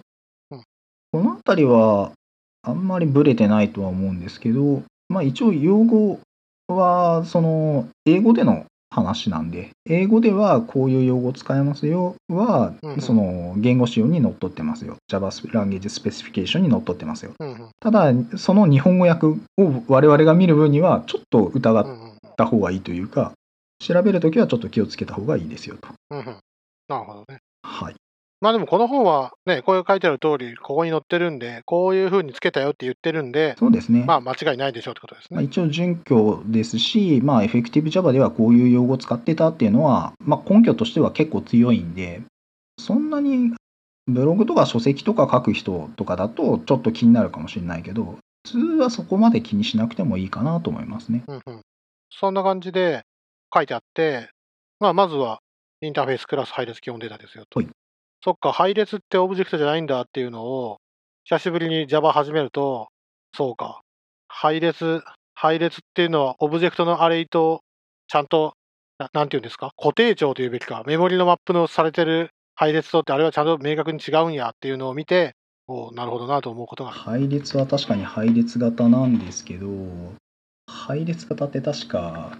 [SPEAKER 1] うん
[SPEAKER 2] この辺りはあんまりブレてないとは思うんですけど、まあ、一応用語はその英語での話なんで英語ではこういう用語使えますよは、
[SPEAKER 1] うんうん
[SPEAKER 2] その言語仕様にのっとってますよ Java ランゲージスペシフィケーションにのっとってますよ
[SPEAKER 1] うんうん
[SPEAKER 2] ただその日本語訳を我々が見る分にはちょっと疑
[SPEAKER 1] う
[SPEAKER 2] っ
[SPEAKER 1] んうん
[SPEAKER 2] た方がいいというか調べるときはちょっと気をつけた方がいいですよと
[SPEAKER 1] うんうんなるほどね。
[SPEAKER 2] はい
[SPEAKER 1] まあでもこの本はね、こういう書いてある通り、ここに載ってるんで、こういうふうにつけたよって言ってるんで、
[SPEAKER 2] そうですね
[SPEAKER 1] まあ間違いないでしょうってことです
[SPEAKER 2] まあ、
[SPEAKER 1] ね。
[SPEAKER 2] 一応準拠ですし、まあ、エフェクティブ Java ではこういう用語を使ってたっていうのは、まあ、根拠としては結構強いんで、そんなにブログとか書籍とか書く人とかだとちょっと気になるかもしれないけど、普通はそこまで気にしなくてもいいかなと思いますね。
[SPEAKER 1] うんうん、そんな感じで書いてあって、まあまずはインターフェースクラス配列基本データですよと。
[SPEAKER 2] はい
[SPEAKER 1] そっか、配列ってオブジェクトじゃないんだっていうのを、久しぶりに Java 始めると、そうか、配列、配列っていうのはオブジェクトのアレイと、ちゃんと、ななんていうんですか、固定帳というべきか、メモリのマップのされてる配列とって、あれはちゃんと明確に違うんやっていうのを見て、おうなるほどなと思うことがある。
[SPEAKER 2] 配列は確かに配列型なんですけど、配列型って確か、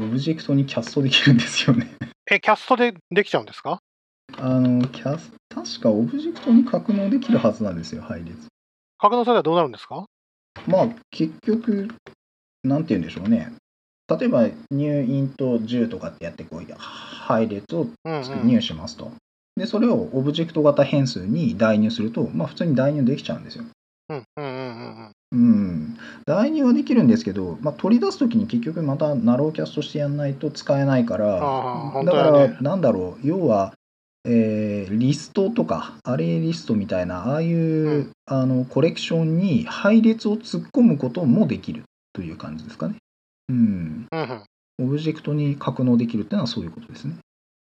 [SPEAKER 2] オブジェクトにキャストできるんですよね。
[SPEAKER 1] え、キャストでできちゃうんですか
[SPEAKER 2] あの、キャス確かオブジェクトに格納できるはずなんですよ、配列。
[SPEAKER 1] 格納されたらどうなるんですか
[SPEAKER 2] まあ結局なんて言うんでしょうね例えば入院と10とかってやってこう配列を
[SPEAKER 1] うん、うん。
[SPEAKER 2] 入しますと、でそれをオブジェクト型変数に代入するとまあ普通に代入できちゃうんですよ
[SPEAKER 1] うんうんうんうんうん。
[SPEAKER 2] うん代入はできるんですけど、まあ、取り出す時に結局またナローキャストしてやんないと使えないから
[SPEAKER 1] ああ本
[SPEAKER 2] だ
[SPEAKER 1] 当
[SPEAKER 2] か
[SPEAKER 1] やね
[SPEAKER 2] らなんだろう要は、えーリストとかアレイリストみたいなああいう、
[SPEAKER 1] うん
[SPEAKER 2] あのコレクションに配列を突っ込むこともできるという感じですかね。うん、
[SPEAKER 1] うんうん
[SPEAKER 2] オブジェクトに格納できるっていうのはそういうことですね。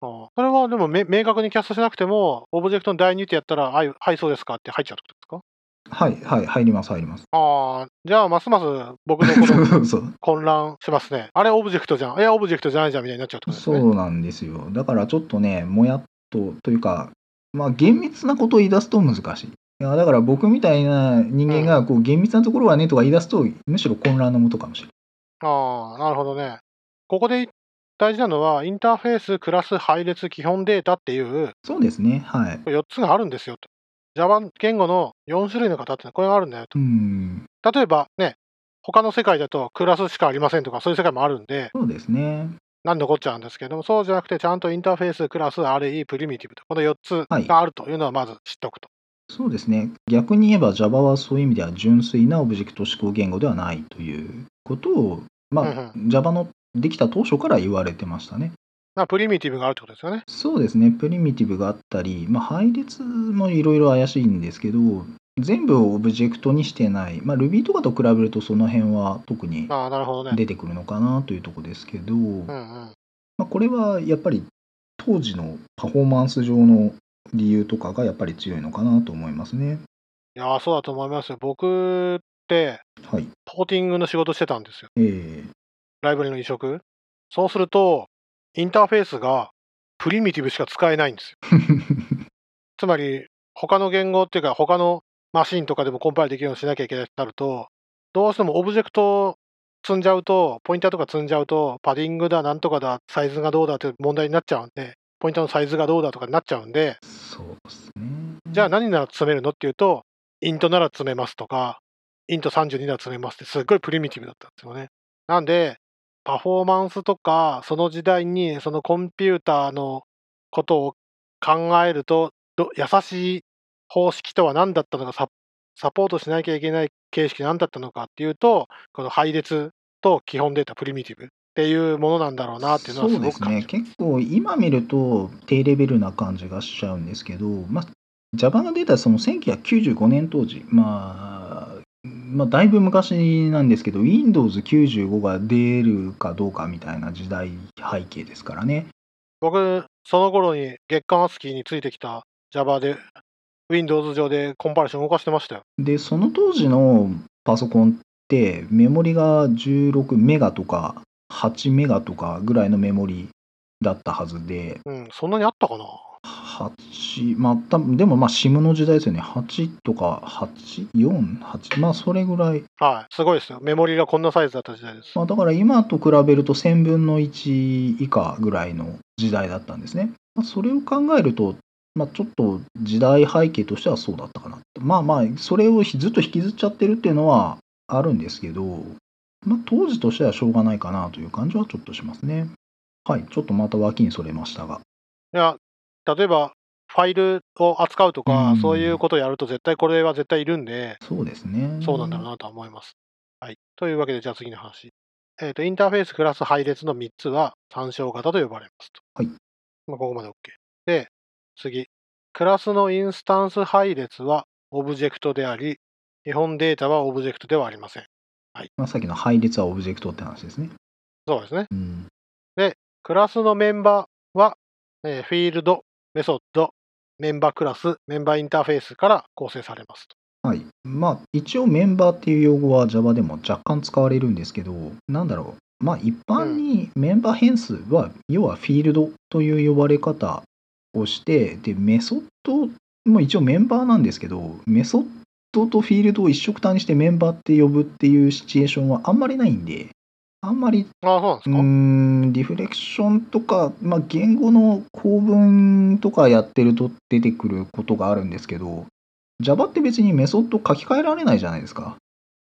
[SPEAKER 1] ああそれはでもめ明確にキャストしなくても、オブジェクトの代入ってやったら、はい、はい、そうですかって入っちゃうってことで
[SPEAKER 2] はいはい入ります入ります。 <laughs>
[SPEAKER 1] すかああ、じゃあ、ますます僕のこ
[SPEAKER 2] そう
[SPEAKER 1] の
[SPEAKER 2] そうそう
[SPEAKER 1] 混乱しますね。あれ、オブジェクトじゃん。いや、オブジェクトじゃないじゃんみたいになっちゃうってことですね。
[SPEAKER 2] そうなんですよ。だからちょっとね、もやっとというか、まあ、厳密なことを言い出すと難しい。いやだから僕みたいな人間がこう厳密なところはねとか言い出すと、むしろ混乱のもとかもしれない。
[SPEAKER 1] ああ、なるほどね。ここで大事なのは、インターフェース、クラス、配列、基本データっていう
[SPEAKER 2] そうですね、はい。
[SPEAKER 1] 4つがあるんですよと。Java 言語の4種類の方ってのはこれがあるんだよ
[SPEAKER 2] う
[SPEAKER 1] と。
[SPEAKER 2] ん、
[SPEAKER 1] 例えばね、他の世界だとクラスしかありませんとか、そういう世界もあるんで、
[SPEAKER 2] そうですね。
[SPEAKER 1] なんでこっちゃうんですけども、そうじゃなくて、ちゃんとインターフェース、クラス、RE、プリミティブと、この4つ
[SPEAKER 2] はい
[SPEAKER 1] があるというのはまず知っておくと。
[SPEAKER 2] そうですね。逆に言えば Java はそういう意味では純粋なオブジェクト指向言語ではないということを、まあ、
[SPEAKER 1] うん
[SPEAKER 2] Java のできた当初から言われてましたね。
[SPEAKER 1] まあプリミティブがあるってことですよね。
[SPEAKER 2] そうですね、プリミティブがあったり、まあ、配列もいろいろ怪しいんですけど、全部をオブジェクトにしてない、まあ、Ruby とかと比べるとその辺は特に
[SPEAKER 1] ああ、なるほどね。
[SPEAKER 2] 出てくるのかなというところですけど、
[SPEAKER 1] う
[SPEAKER 2] ま
[SPEAKER 1] んうん。
[SPEAKER 2] あ、これはやっぱり当時のパフォーマンス上の理由とかがやっぱり強いのかなと思いますね。
[SPEAKER 1] いやー、そうだと思いますよ。僕って、
[SPEAKER 2] はい。
[SPEAKER 1] ポーティングの仕事してたんですよ。
[SPEAKER 2] えー、
[SPEAKER 1] ライブラリの移植。そうすると、インターフェースがプリミティブしか使えないんですよ。つまり、他の言語っていうか、他のマシンとかでもコンパイルできるようにしなきゃいけないとなると、どうしてもオブジェクトを積んじゃうと、ポインターとか積んじゃうと、パディングだ、なんとかだ、サイズがどうだという問題になっちゃうんで、ポインターのサイズがどうだとかになっちゃうんで、
[SPEAKER 2] そうですね。
[SPEAKER 1] じゃあ何なら積めるのっていうと、イントなら積めますとか、イント32なら積めますって、すっごいプリミティブだったんですよね。なんで、パフォーマンスとか、その時代にそのコンピューターのことを考えると、ど優しい方式とは何だったのかサ、サポートしなきゃいけない形式何だったのかっていうと、この配列と基本データ、プリミティブっていうものなんだろうなっていうのはす
[SPEAKER 2] そう
[SPEAKER 1] ご
[SPEAKER 2] で
[SPEAKER 1] く
[SPEAKER 2] す
[SPEAKER 1] 感
[SPEAKER 2] ね
[SPEAKER 1] じる。
[SPEAKER 2] 結構今見ると低レベルな感じがしちゃうんですけど、まあ、Java が出たその1995年当時、まあ、まあだいぶ昔なんですけど Windows95 が出るかどうかみたいな時代背景ですからね
[SPEAKER 1] 僕、その頃に月間アスキーについてきた Java で、Windows 上でコンパレーション動かしてましたよ。
[SPEAKER 2] でその当時のパソコンってメモリが16メガとか8メガとかぐらいのメモリだったはずで
[SPEAKER 1] うん、そんなにあったかな
[SPEAKER 2] 8まあ多分でもまあ SIM の時代ですよね8とか848まあそれぐらい、
[SPEAKER 1] はい、すごいですよ。メモリがこんなサイズだった時代です。
[SPEAKER 2] まあ、だから今と比べると1000分の1以下ぐらいの時代だったんですね、まあ、それを考えるとまあ、ちょっと時代背景としてはそうだったかなまあまあそれをずっと引きずっちゃってるっていうのはあるんですけど、まあ、当時としてはしょうがないかなという感じはちょっとしますねはいちょっとまた脇にそれましたが
[SPEAKER 1] いや、例えば、ファイルを扱うとか、
[SPEAKER 2] うん
[SPEAKER 1] そういうことをやると、絶対これは絶対いるんで、
[SPEAKER 2] そうですね
[SPEAKER 1] そうなんだろうなとは思います。はい。というわけで、じゃあ次の話。えっ、と、インターフェースプラス配列の3つは参照型と呼ばれますと。
[SPEAKER 2] はい。
[SPEAKER 1] まあ、ここまで OK。で、次。クラスのインスタンス配列はオブジェクトであり、基本データはオブジェクトではありません。
[SPEAKER 2] まあ、さっきの配列はオブジェクトって話ですね
[SPEAKER 1] そうですね。
[SPEAKER 2] うん
[SPEAKER 1] クラスのメンバーは、えーフィールド、メソッド、メンバークラス、メンバーインターフェースから構成されますと。
[SPEAKER 2] はい、まあ一応メンバーっていう用語は Java でも若干使われるんですけどなんだろうまあ一般にメンバー変数は要はフィールドという呼ばれ方をしてでメソッドも一応メンバーなんですけどメソッドとフィールドを一色単にしてメンバーって呼ぶっていうシチュエーションはあんまりないんであんまり
[SPEAKER 1] ああ、そうなんです
[SPEAKER 2] う
[SPEAKER 1] か。
[SPEAKER 2] ーんリフレクションとか、まあ、言語の構文とかやってると出てくることがあるんですけど Java って別にメソッド書き換えられないじゃないですか、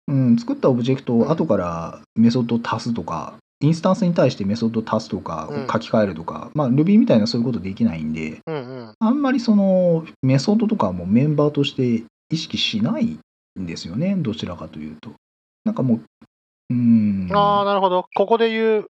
[SPEAKER 2] うん、作ったオブジェクト
[SPEAKER 1] うん
[SPEAKER 2] を後からメソッド足すとか、インスタンスに対してメソッド足すとか
[SPEAKER 1] うん
[SPEAKER 2] 書き換えるとか、まあ、Ruby みたいなそういうことできないんで
[SPEAKER 1] うんうん。
[SPEAKER 2] あんまりそのメソッドとかはもうメンバーとして意識しないんですよねどちらかというとなんかもううーん
[SPEAKER 1] ああ、なるほど。ここで言う、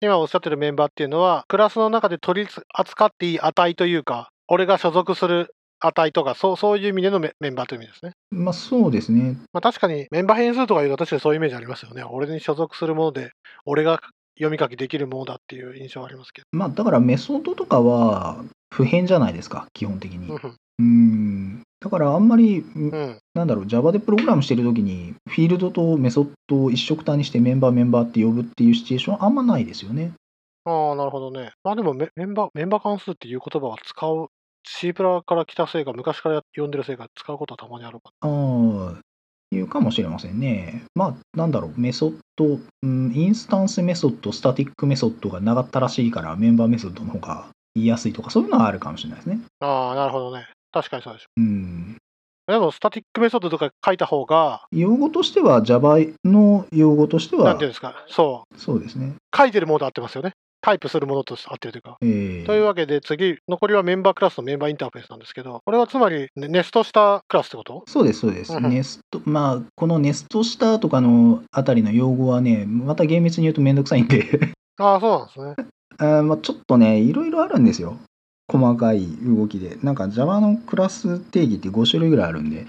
[SPEAKER 1] 今おっしゃってるメンバーっていうのは、クラスの中で取り扱っていい値というか、俺が所属する値とか、そうそういう意味でのメメンバーという意味ですね。
[SPEAKER 2] まあそうですね
[SPEAKER 1] まあ、確かにメンバー変数とかいうと、確かにそういうイメージありますよね。俺に所属するもので、俺が読み書きできるものだっていう印象はありますけ
[SPEAKER 2] まあだからメソッドとかは普遍じゃないですか基本的に
[SPEAKER 1] ど。
[SPEAKER 2] う
[SPEAKER 1] うん
[SPEAKER 2] ーんだからあんまり
[SPEAKER 1] うん。
[SPEAKER 2] なんだろう Java でプログラムしてる時にフィールドとメソッドを一色単にしてメンバーメンバーって呼ぶっていうシチュエーションはあんまないですよね
[SPEAKER 1] ああ、なるほどね。まあでもメメンバー、メンバー関数っていう言葉は使う、C プラから来たせいか、昔から呼んでるせいか、使うことはたまにあるか
[SPEAKER 2] ああいうかもしれませんねまあなんだろうメソッド、うん、インスタンスメソッドスタティックメソッドが長ったらしいからメンバーメソッドの方が言いやすいとかそういうのはあるかもしれないですね
[SPEAKER 1] な。ああ、なるほどね。確かにそうでし
[SPEAKER 2] うん
[SPEAKER 1] ょ。でも、スタティックメソッドとか書いた方が、
[SPEAKER 2] 用語としては Java の用語として
[SPEAKER 1] なん
[SPEAKER 2] は
[SPEAKER 1] ていうんですか、そう、
[SPEAKER 2] そうですね
[SPEAKER 1] 書いてるものと合ってますよね。タイプするものと合ってるというか。
[SPEAKER 2] ええ
[SPEAKER 1] というわけで、次、残りはメンバークラスのメンバーインターフェースなんですけど、これはつまり、ねネストしたクラスってこと
[SPEAKER 2] そうです、そうです。
[SPEAKER 1] うんうん
[SPEAKER 2] ネスト、まあ、このネストしたとかのあたりの用語はね、また厳密に言うとめんどくさいんで <laughs>
[SPEAKER 1] ああ、そうなんですね。
[SPEAKER 2] あー、まあ、ちょっとね、いろいろあるんですよ。細かい動きで。なんか Java のクラス定義って5種類ぐらいあ
[SPEAKER 1] <laughs>
[SPEAKER 2] るんで。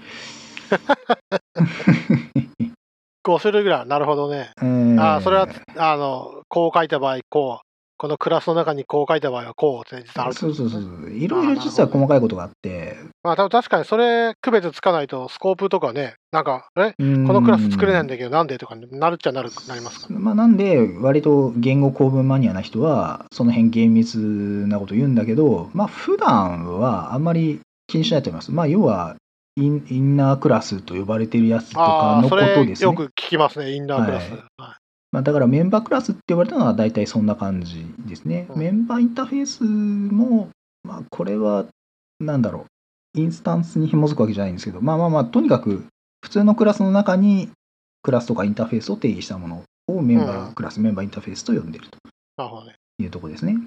[SPEAKER 1] 5種類ぐらい。なるほどね。
[SPEAKER 2] えー
[SPEAKER 1] ああ、それは、あの、こう書いた場合、こう。このクラスの中にこう書いた場合はこうって実はあるって
[SPEAKER 2] そ
[SPEAKER 1] こ
[SPEAKER 2] う
[SPEAKER 1] と
[SPEAKER 2] そう
[SPEAKER 1] です
[SPEAKER 2] そ
[SPEAKER 1] ね
[SPEAKER 2] うそう。いろいろ実は細かいことがあって。
[SPEAKER 1] まあ、多分確かにそれ、区別つかないと、スコープとかね、なんか、え
[SPEAKER 2] こ
[SPEAKER 1] このクラス作れないん
[SPEAKER 2] で
[SPEAKER 1] だけど、なんでとかになるっちゃなるなりますから。
[SPEAKER 2] まあ、なんで割と言語構文マニアな人はその辺厳密なこと言うんだけどまあ普段はあんまり気にしないと思いますまあ要はインインナークラスと呼ばれてるやつとか
[SPEAKER 1] ああー、
[SPEAKER 2] のこ
[SPEAKER 1] そ
[SPEAKER 2] と
[SPEAKER 1] れ、
[SPEAKER 2] です
[SPEAKER 1] よ
[SPEAKER 2] ね
[SPEAKER 1] く聞きますね、インナークラス。
[SPEAKER 2] はい
[SPEAKER 1] はい
[SPEAKER 2] まあ、だからメンバークラスって言われたのは大体そんな感じですね、
[SPEAKER 1] うん
[SPEAKER 2] メンバーインターフェースもまあこれはなんだろうインスタンスに紐づくわけじゃないんですけどまあまあまあとにかく普通のクラスの中にクラスとかインターフェースを定義したものをメンバークラス、メンバーインターフェースと呼んでると
[SPEAKER 1] なるほどね。
[SPEAKER 2] いうとこですね。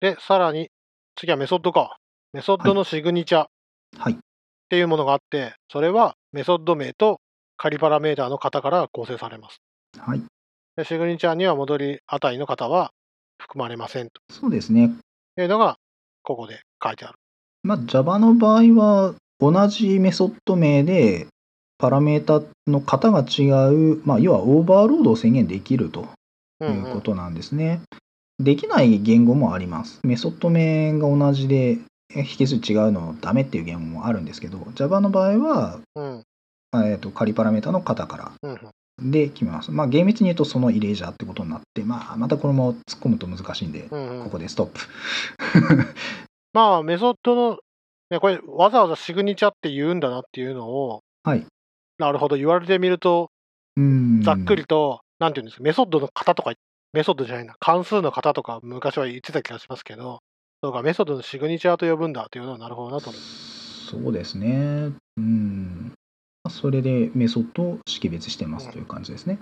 [SPEAKER 1] で、さらに、次はメソッドか。メソッドのシグニチャっ
[SPEAKER 2] はい。
[SPEAKER 1] ていうものがあって、それはメソッド名と仮パラメーターの型から構成されます。
[SPEAKER 2] はい。
[SPEAKER 1] でシグニチャには戻り値の型は含まれませんと
[SPEAKER 2] そうですね。
[SPEAKER 1] いうのが、ここで書いてある。
[SPEAKER 2] まあ、Java の場合は、同じメソッド名で、パラメータの型が違う、まあ、要はオーバーロードを制限できると
[SPEAKER 1] う
[SPEAKER 2] い
[SPEAKER 1] ん
[SPEAKER 2] う
[SPEAKER 1] うん
[SPEAKER 2] ことなんですね。できない言語もあります。メソッド名が同じでえ引数違うのダメっていう言語もあるんですけど、Java の場合は、
[SPEAKER 1] うん。
[SPEAKER 2] えー、と仮パラメータの型から
[SPEAKER 1] うん。
[SPEAKER 2] で決めます。まあ厳密に言うとそのイレージャーってことになって、まあまたこれも突っ込むと難しいんで、
[SPEAKER 1] うんう
[SPEAKER 2] こ
[SPEAKER 1] ん
[SPEAKER 2] こでストップ。
[SPEAKER 1] まあ、メソッドの、ね、これ、わざわざシグニチャって言うんだなっていうのを、
[SPEAKER 2] はい。
[SPEAKER 1] なるほど、言われてみると、
[SPEAKER 2] うん
[SPEAKER 1] ざっくりと、なんていうんですか、メソッドの型とか、メソッドじゃないな、関数の型とか、昔は言ってた気がしますけど、そうか、メソッドのシグニチャーと呼ぶんだっていうのは、なるほどなと思う。
[SPEAKER 2] そうですね。うん。まあそれでメソッドを識別してますという感じですね。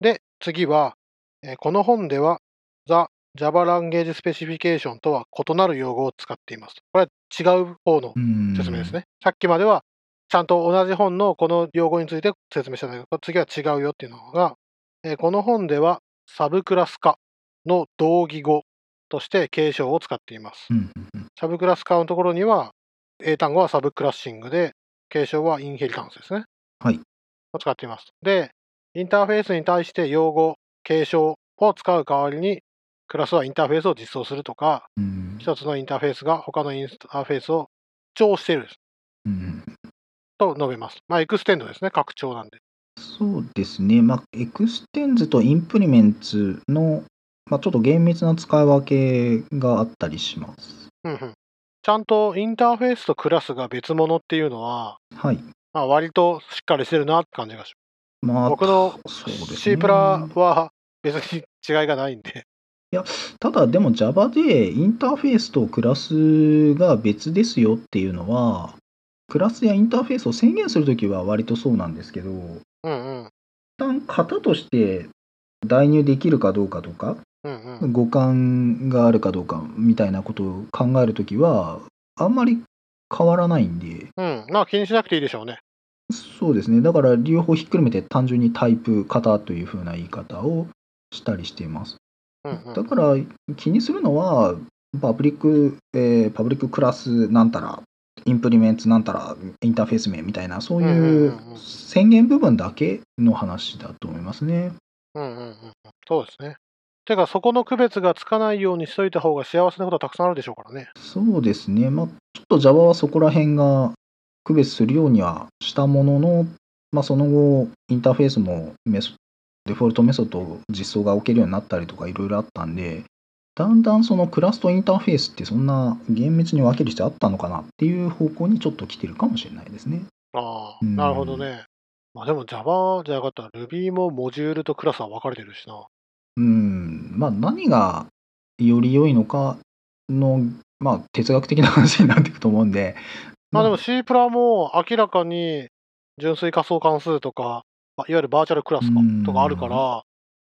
[SPEAKER 1] で、次は、えーこの本では、ザ・ Java Language Specification とは異なる用語を使っています。これは違う方の
[SPEAKER 2] うん。
[SPEAKER 1] 説明です。ね。さっきまでは、ちゃんと同じ本のこの用語について説明したんだけど、次は違うよっていうのが、えーこの本では、サブクラス化の同義語として継承を使っています
[SPEAKER 2] う。んうんうん。
[SPEAKER 1] サブクラス化のところには、英単語はサブクラッシングで、継承はインヘリタンスですね。
[SPEAKER 2] はい。
[SPEAKER 1] を使っています。で、インターフェースに対して用語、継承を使う代わりに、クラスはインターフェースを実装するとか、
[SPEAKER 2] うん
[SPEAKER 1] 一つのインターフェースが他のインターフェースを調している
[SPEAKER 2] うん
[SPEAKER 1] と述べます。まあ、エクステンドですね、拡張なんで。
[SPEAKER 2] そうですね、まあ、エクステンズとインプリメンツの、まあ、ちょっと厳密な使い分けがあったりします。
[SPEAKER 1] うんうんちゃんとインターフェースとクラスが別物っていうのは、
[SPEAKER 2] はい。
[SPEAKER 1] まあ、割としっかりしてるなって感じがし
[SPEAKER 2] まあ、
[SPEAKER 1] 僕の
[SPEAKER 2] そうです
[SPEAKER 1] ま
[SPEAKER 2] ね
[SPEAKER 1] す。C プラは別に違いがないんで。
[SPEAKER 2] ただ、でも Java でインターフェースとクラスが別ですよっていうのは、クラスやインターフェースを宣言するときは割とそうなんですけど、一
[SPEAKER 1] うんうん。
[SPEAKER 2] 旦型として代入できるかどうかとか、
[SPEAKER 1] うんうん。
[SPEAKER 2] 五感があるかどうかみたいなことを考えるときは、あんまり変わらないんで、
[SPEAKER 1] うん、まあ気にしなくていいでしょうね。
[SPEAKER 2] そうですね。だから、両方ひっくるめて単純にタイプ、型というふうな言い方をしたりしています。
[SPEAKER 1] うんうん、
[SPEAKER 2] だから、気にするのは、パブリック、えーパブリッククラスなんたら、インプリメンツなんたら、インターフェース名みたいな、そ
[SPEAKER 1] う
[SPEAKER 2] う
[SPEAKER 1] んう
[SPEAKER 2] い
[SPEAKER 1] んうんう
[SPEAKER 2] うん宣言部分だけの話だと思いますね。
[SPEAKER 1] うんうんうんうん、そうですね。てか、そこの区別がつかないようにしといた方が幸せなことはたくさんあるでしょうからね。
[SPEAKER 2] そうですね。まあ、ちょっと Java はそこら辺が区別するようにはしたものの、まあ、その後、インターフェースもメソデフォルトメソッド実装が起きるようになったりとかいろいろあったんで、だんだんそのクラスとインターフェースってそんな厳密に分ける必要あったのかなっていう方向にちょっと来てるかもしれないですね。
[SPEAKER 1] ああ、
[SPEAKER 2] うん
[SPEAKER 1] なるほどね。まあでも Java じゃなかったら Ruby もモジュールとクラスは分かれてるしな。
[SPEAKER 2] うん、まあ何がより良いのかの、まあ哲学的な話になっていくと思うんで。
[SPEAKER 1] まあで
[SPEAKER 2] ま
[SPEAKER 1] も
[SPEAKER 2] あ
[SPEAKER 1] C プラも明らかに純粋仮想関数とか、まあいわゆるバーチャルクラスか
[SPEAKER 2] うん
[SPEAKER 1] とかあるから、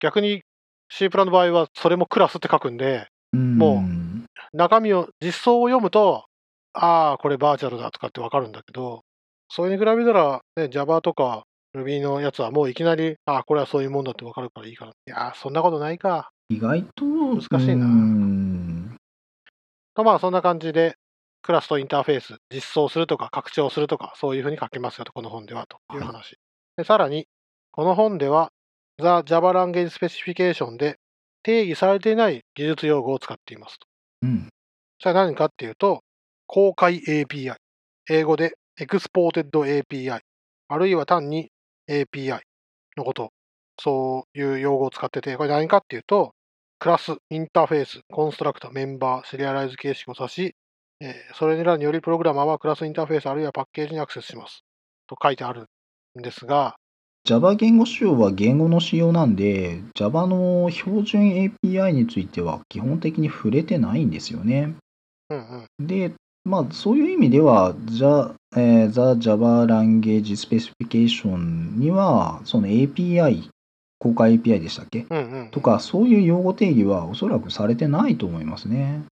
[SPEAKER 1] 逆に C プラの場合はそれもクラスって書くんで、も
[SPEAKER 2] うん
[SPEAKER 1] 中身を実装を読むとああこれバーチャルだとかってわかるんだけどそれに比べたら、ね、Java とか Ruby のやつはもういきなりああこれはそういうもんだってわかるからいいからいやーそんなことないか
[SPEAKER 2] 意外と
[SPEAKER 1] 難しいな
[SPEAKER 2] うん
[SPEAKER 1] とまあそんな感じでクラスとインターフェース実装するとか拡張するとかそういうふうに書きますよとこの本ではという話、でさらにこの本では The Java Language Specification で定義されていない技術用語を使っていますと
[SPEAKER 2] うん
[SPEAKER 1] それは何かっていうと、公開 API、英語で Exported API、あるいは単に API のこと、そういう用語を使ってて、これ何かっていうと、クラス、インターフェース、コンストラクター、メンバー、シリアライズ形式を指し、えーそれらによりプログラマーはクラスインターフェースあるいはパッケージにアクセスします。と書いてあるんですが、
[SPEAKER 2] Java 言語仕様は言語の仕様なんで Java の標準 API については基本的に触れてないんですよね。
[SPEAKER 1] うんうん、
[SPEAKER 2] で、まあそういう意味では The,、えー The Java Language Specification にはその API 公開 API でしたっけ
[SPEAKER 1] うんうん。
[SPEAKER 2] とかそういう用語定義はおそらくされてないと思いますね。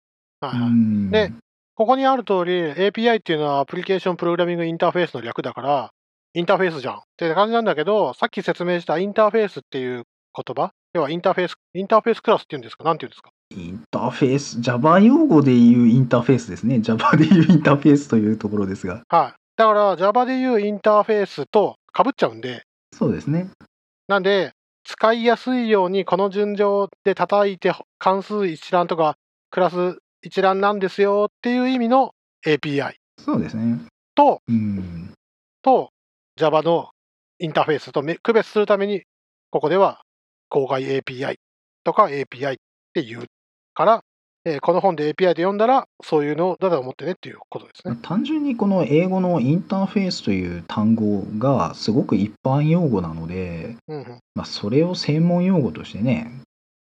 [SPEAKER 1] はいはい
[SPEAKER 2] うん
[SPEAKER 1] でここにある通り、API っていうのはアプリケーションプログラミングインターフェースの略だから、インターフェースじゃんって感じなんだけど、さっき説明したインターフェースっていう言葉、要はインターフェース、インターフェースクラスっていうんですか、なんていうんですか。
[SPEAKER 2] インターフェース、Java 用語でいうインターフェースですね。Java でいうインターフェースというところですが。
[SPEAKER 1] はい。だから Java でいうインターフェースと被っちゃうんで、
[SPEAKER 2] そうですね。
[SPEAKER 1] なんで、使いやすいようにこの順序で叩いて関数一覧とかクラス一覧なんですよっていう意味の API
[SPEAKER 2] そうですね。
[SPEAKER 1] と
[SPEAKER 2] うん。
[SPEAKER 1] と Java のインターフェースとめ区別するためにここでは公開 API とか API っていうから、えーこの本で API で読んだらそういうのだと思ってねっていうことですね。
[SPEAKER 2] 単純にこの英語のインターフェースという単語がすごく一般用語なので、
[SPEAKER 1] うんうん、
[SPEAKER 2] まあ、それを専門用語としてね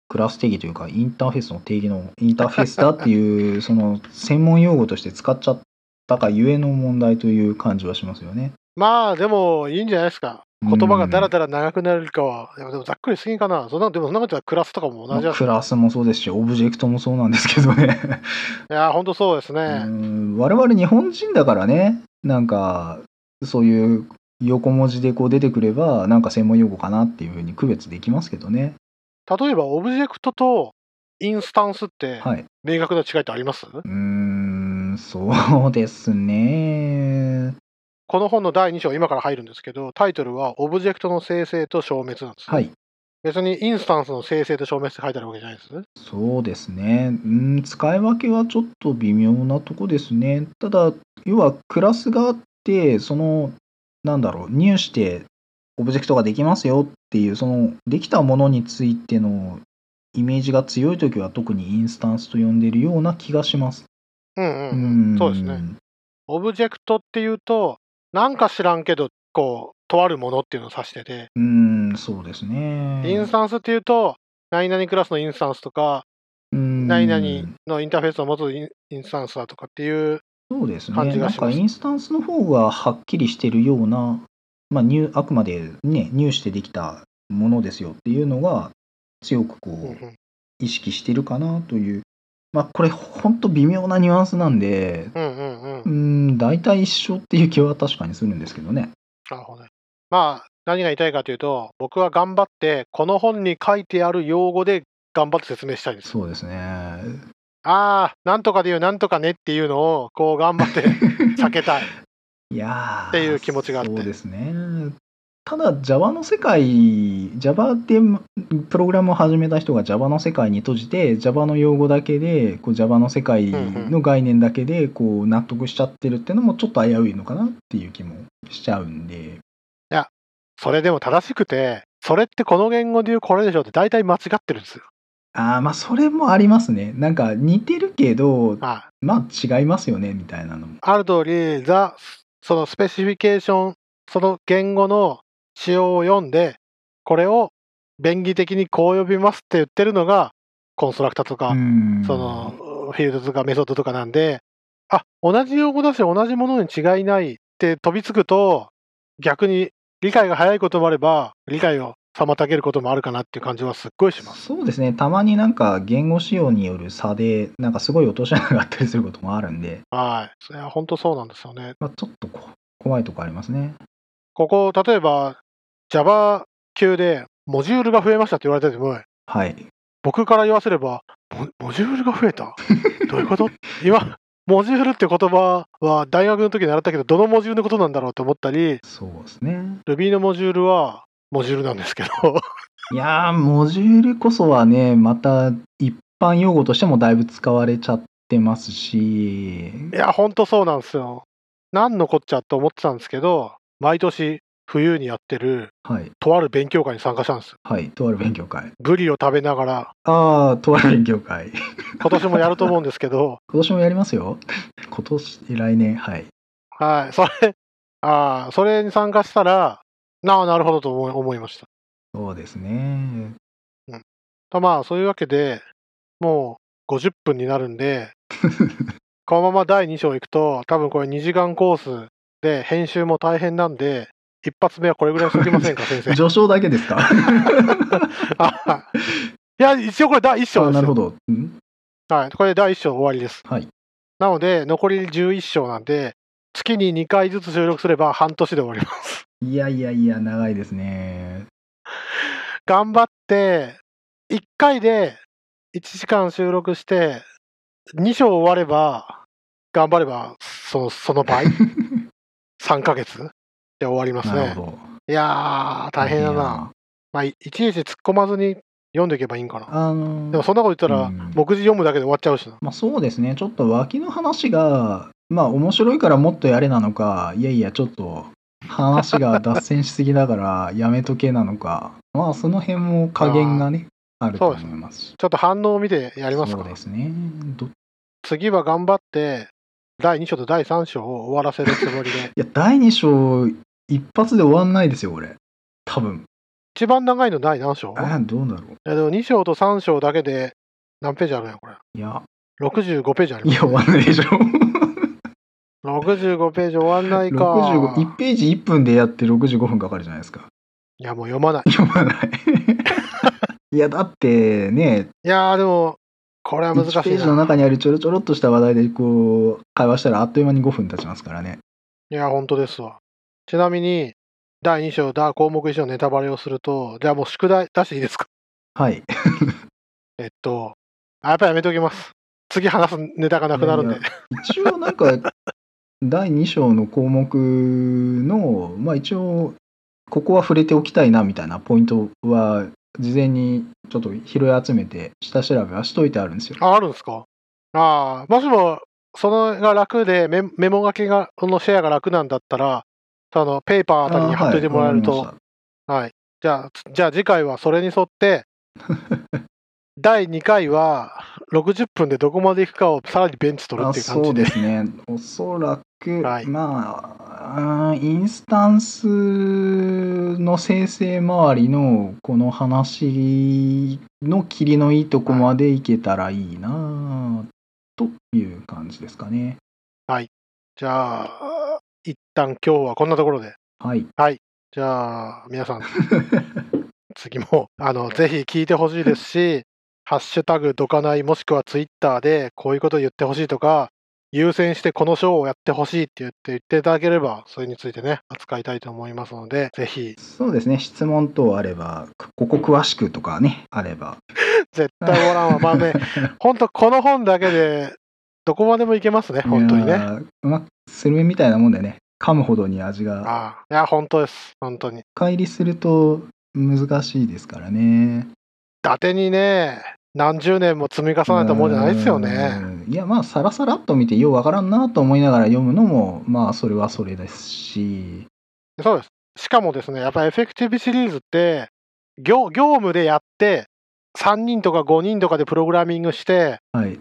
[SPEAKER 2] クラス定義というかインターフェースの定義のインターフェースだっていうその専門用語として使っちゃったがゆえの問題という感じはしますよね。
[SPEAKER 1] まあでもいいんじゃないですか。言葉がだらだら長くなるかは、いやでもざっくりすぎかな。そんなでもそんなことはクラスとかも
[SPEAKER 2] ま
[SPEAKER 1] 同
[SPEAKER 2] あ
[SPEAKER 1] じだし。い
[SPEAKER 2] クラスもそうですしオブジェクトもそうなんですけどね。
[SPEAKER 1] や、本当そうですね。
[SPEAKER 2] うん我々日本人だからねなんかそういう横文字でこう出てくればなんか専門用語かなっていうふうに区別できますけどね。
[SPEAKER 1] 例えばオブジェクトとインスタンスって
[SPEAKER 2] はい、
[SPEAKER 1] 明確な違いってあります、
[SPEAKER 2] うーんそうですね。
[SPEAKER 1] この本の第2章、今から入るんですけど、タイトルはオブジェクトの生成と消滅なんです。
[SPEAKER 2] はい
[SPEAKER 1] 別にインスタンスの生成と消滅って書いてあるわけじゃないですね。
[SPEAKER 2] そうですね。うん、使い分けはちょっと微妙なとこですね。ただ、要はクラスがあって、その、なんだろう、入してオブジェクトができますよっていう、その、できたものについてのイメージが強いときは特にインスタンスと呼んでいるような気がします。
[SPEAKER 1] うん
[SPEAKER 2] う
[SPEAKER 1] うん、うんん、そうですね。。オブジェクトっていうと、なんか知らんけど、こう、とあるものっていうのを指してて、
[SPEAKER 2] うん、そうですね。
[SPEAKER 1] インスタンスっていうと、何々クラスのインスタンスとか、
[SPEAKER 2] うん
[SPEAKER 1] 何々のインターフェースを持つインインスタンスだとかっていう、
[SPEAKER 2] そうですね。
[SPEAKER 1] 感じがします
[SPEAKER 2] なんかインスタンスの方がはっきりしてるような、まあ、入あくまで、ね、入してできたものですよっていうのが強く
[SPEAKER 1] う
[SPEAKER 2] こ
[SPEAKER 1] んう
[SPEAKER 2] うん意識してるかなという、まあ、これほんと微妙なニュアンスなんで、
[SPEAKER 1] うんうんうん
[SPEAKER 2] うーん、大体一緒っていう気は確かにするんですけどね。
[SPEAKER 1] なるほどね。まあ、何が言いたいかというと、僕は頑張って、この本に書いてある用語で頑張って説明したいです。
[SPEAKER 2] そうです <laughs> ね。
[SPEAKER 1] ああ、なんとかで言う、なんとかねっていうのを、こう、頑張って避けたい。
[SPEAKER 2] いやー
[SPEAKER 1] っていう気持ちがあって
[SPEAKER 2] そうですねただ Java の世界 Java ってプログラムを始めた人が Java の世界に閉じて Java の用語だけでこう Java の世界の概念だけでこう納得しちゃってるっていうのもちょっと危ういのかなっていう気もしちゃうんで
[SPEAKER 1] それでも正しくて、それってこの言語で言うこれでしょって大体間違ってるんですよ。
[SPEAKER 2] あーまあそれもありますねなんか似てるけど
[SPEAKER 1] まあ、
[SPEAKER 2] まあ違いますよねみたいなのも
[SPEAKER 1] ある通り、ザ、そのスペシフィケーション、その言語の仕様を読んで、これを便宜的にこう呼びますって言ってるのが、コンストラクタとか、
[SPEAKER 2] うーん
[SPEAKER 1] そのフィールドとかメソッドとかなんで、あ同じ用語だし、同じものに違いないって飛びつくと、逆に理解が早いこともあれば、理解を妨げることもあるかなっていう感じはすっごいします。
[SPEAKER 2] そうですねたまになんか言語仕様による差でなんかすごい落とし穴があったりすることもあるんで、
[SPEAKER 1] はい。それは本当そうなんですよね。
[SPEAKER 2] まあ、ちょっとこ怖いとこありますね
[SPEAKER 1] ここ、例えば Java 級でモジュールが増えましたって言われてても、
[SPEAKER 2] はい
[SPEAKER 1] 僕から言わせれば、モモジュールが増えたどういうこと <laughs> 今、モジュールって言葉は大学の時に習ったけど、どのモジュールのことなんだろうと思ったり、
[SPEAKER 2] そうですね
[SPEAKER 1] Ruby のモジュールはモジュールなんですけど、 <laughs>
[SPEAKER 2] いやーモジュールこそはねまた一般用語としてもだいぶ使われちゃってますし
[SPEAKER 1] いや、ほんとそうなんですよ。何のこっちゃと思ってたんですけど、毎年冬にやってる
[SPEAKER 2] はい
[SPEAKER 1] とある勉強会に参加したんですよ。
[SPEAKER 2] はいとある勉強会
[SPEAKER 1] ブリを食べながら、
[SPEAKER 2] ああとある勉強会 <laughs>
[SPEAKER 1] 今年もやると思うんですけど、 <laughs>
[SPEAKER 2] 今年もやりますよ <laughs> 今年来年はい
[SPEAKER 1] はい、それ、ああ、それに参加したら、なあ、なるほどと思い思いました。
[SPEAKER 2] そうですね
[SPEAKER 1] とまあ、そういうわけでもう50分になるん
[SPEAKER 2] <laughs>
[SPEAKER 1] で、このまま第2章行くと、多分これ2時間コースで編集も大変なんで、一発目はこれぐらいにしときま
[SPEAKER 2] <laughs>
[SPEAKER 1] せんか、先生。
[SPEAKER 2] 序章だけですか
[SPEAKER 1] <laughs> あ <laughs> いや、一応これ第1章
[SPEAKER 2] あ
[SPEAKER 1] です
[SPEAKER 2] なるほ
[SPEAKER 1] よ。
[SPEAKER 2] ど、うん、
[SPEAKER 1] はい、これ第1章終わりです。
[SPEAKER 2] はい
[SPEAKER 1] なので、残り11章なんで、月に2回ずつ収録すれば半年で終わります。
[SPEAKER 2] いやいやいや、長いですね。
[SPEAKER 1] 頑張って、1回で1時間収録して、2章終われば、頑張れば、そのその
[SPEAKER 2] <laughs>
[SPEAKER 1] 倍、3ヶ月で終わります
[SPEAKER 2] なる
[SPEAKER 1] ね。
[SPEAKER 2] ほど。
[SPEAKER 1] いやー、大変だな。まあ、いいちいち突っ込まずに読んでいけばいいんかな。
[SPEAKER 2] あの
[SPEAKER 1] でもそんなこと言ったら、
[SPEAKER 2] うん
[SPEAKER 1] 目次読むだけで終わっちゃうしな。
[SPEAKER 2] まあ、そうですねちょっと脇の話がまあ面白いからもっとやれなのかいやいやちょっと話が脱線しすぎ
[SPEAKER 1] <laughs>
[SPEAKER 2] だからやめとけなのかまあその辺も加減がねあると思います
[SPEAKER 1] ちょっと反応を見てやります
[SPEAKER 2] そ
[SPEAKER 1] か
[SPEAKER 2] う。ですねどい。
[SPEAKER 1] 次は頑張って、第2章と第3章を終わらせるつもりで
[SPEAKER 2] <laughs> や第2章一発で終わんないですよ俺多分
[SPEAKER 1] 一番長いの第何章
[SPEAKER 2] あどうだろ
[SPEAKER 1] いやでも2章と3章だけで何ページあるんやこれ。
[SPEAKER 2] ういや
[SPEAKER 1] 65ページあり
[SPEAKER 2] い
[SPEAKER 1] ます、
[SPEAKER 2] や終わんないでしょ
[SPEAKER 1] 65ページ終わんないか。
[SPEAKER 2] 65 1ページ1分でやって65分かかるじゃないですか
[SPEAKER 1] いやもう読まない。
[SPEAKER 2] 読
[SPEAKER 1] <laughs>
[SPEAKER 2] まない <laughs> いやだってね
[SPEAKER 1] いやーでも、これは難しい
[SPEAKER 2] 1ページの
[SPEAKER 1] な。
[SPEAKER 2] 中にあるちょろちょろっとした話題でこう会話したらあっという間に5分経ちますからね
[SPEAKER 1] いや、本当ですわ。ちなみに、第2章、だ項目1のネタバレをすると、じゃあもう宿題出していいですか
[SPEAKER 2] はい
[SPEAKER 1] えっと、あやっぱやめておきます。次話すネタがなくなるんで。
[SPEAKER 2] いや一応なんか <laughs> 第2章の項目のまあ一応ここは触れておきたいなみたいなポイントは事前にちょっと拾い集めて下調べはしといてあるんですよ
[SPEAKER 1] あ、あるんですかああ、もしも、そのが楽でメ、メモ書きが、このシェアが楽なんだったら、そのペーパーあたりに貼っといてもらえると、
[SPEAKER 2] あ
[SPEAKER 1] じゃあ、つじゃあ次回はそれに沿
[SPEAKER 2] <laughs>
[SPEAKER 1] って、第2回は60分でどこまで行くかをさらにベンチ取る
[SPEAKER 2] わか
[SPEAKER 1] っ
[SPEAKER 2] りま
[SPEAKER 1] ていう
[SPEAKER 2] し
[SPEAKER 1] 感
[SPEAKER 2] たあそ
[SPEAKER 1] じ
[SPEAKER 2] う
[SPEAKER 1] で。
[SPEAKER 2] ですねおそらく、
[SPEAKER 1] はい
[SPEAKER 2] まああーインスタンスの生成周りのこの話の切りのいいとこまでいけたらいいなという感じですかね
[SPEAKER 1] じゃあ、一旦今日はこんなところで。
[SPEAKER 2] はい <laughs>
[SPEAKER 1] じゃあ、皆さん、次も、あの、ぜひ聞いてほしいですし、ハッシュタグ、どかない、もしくはツイッターで、こういうこと言ってほしいとか、優先してこの賞をやってほしいって言って言っていただければ、それについてね、扱いたいと思いますので、ぜひ、
[SPEAKER 2] そうですね質問等あればここ詳しくとかねあれば
[SPEAKER 1] 絶対終わらんわ。まあ
[SPEAKER 2] <laughs>
[SPEAKER 1] ね、本当この本だけで、どこまでもいけますね、本当に
[SPEAKER 2] いや
[SPEAKER 1] ね。
[SPEAKER 2] ーまあスルメみたいなもんでね噛むほどに味が
[SPEAKER 1] ああいや、本当です。本当に。伊
[SPEAKER 2] 乖離すると難しいですからね
[SPEAKER 1] 達にね、何十年も積み重ねたもんじゃないですよね。
[SPEAKER 2] うん。いやまあさらさらっと見てようわからんなと思いながら読むのもまあそれはそれですし
[SPEAKER 1] そうです。しかもですね、やっぱりエフェクティブシリーズって、業業務でやって、3人とか5人とかでプログラミングして、
[SPEAKER 2] はい
[SPEAKER 1] ん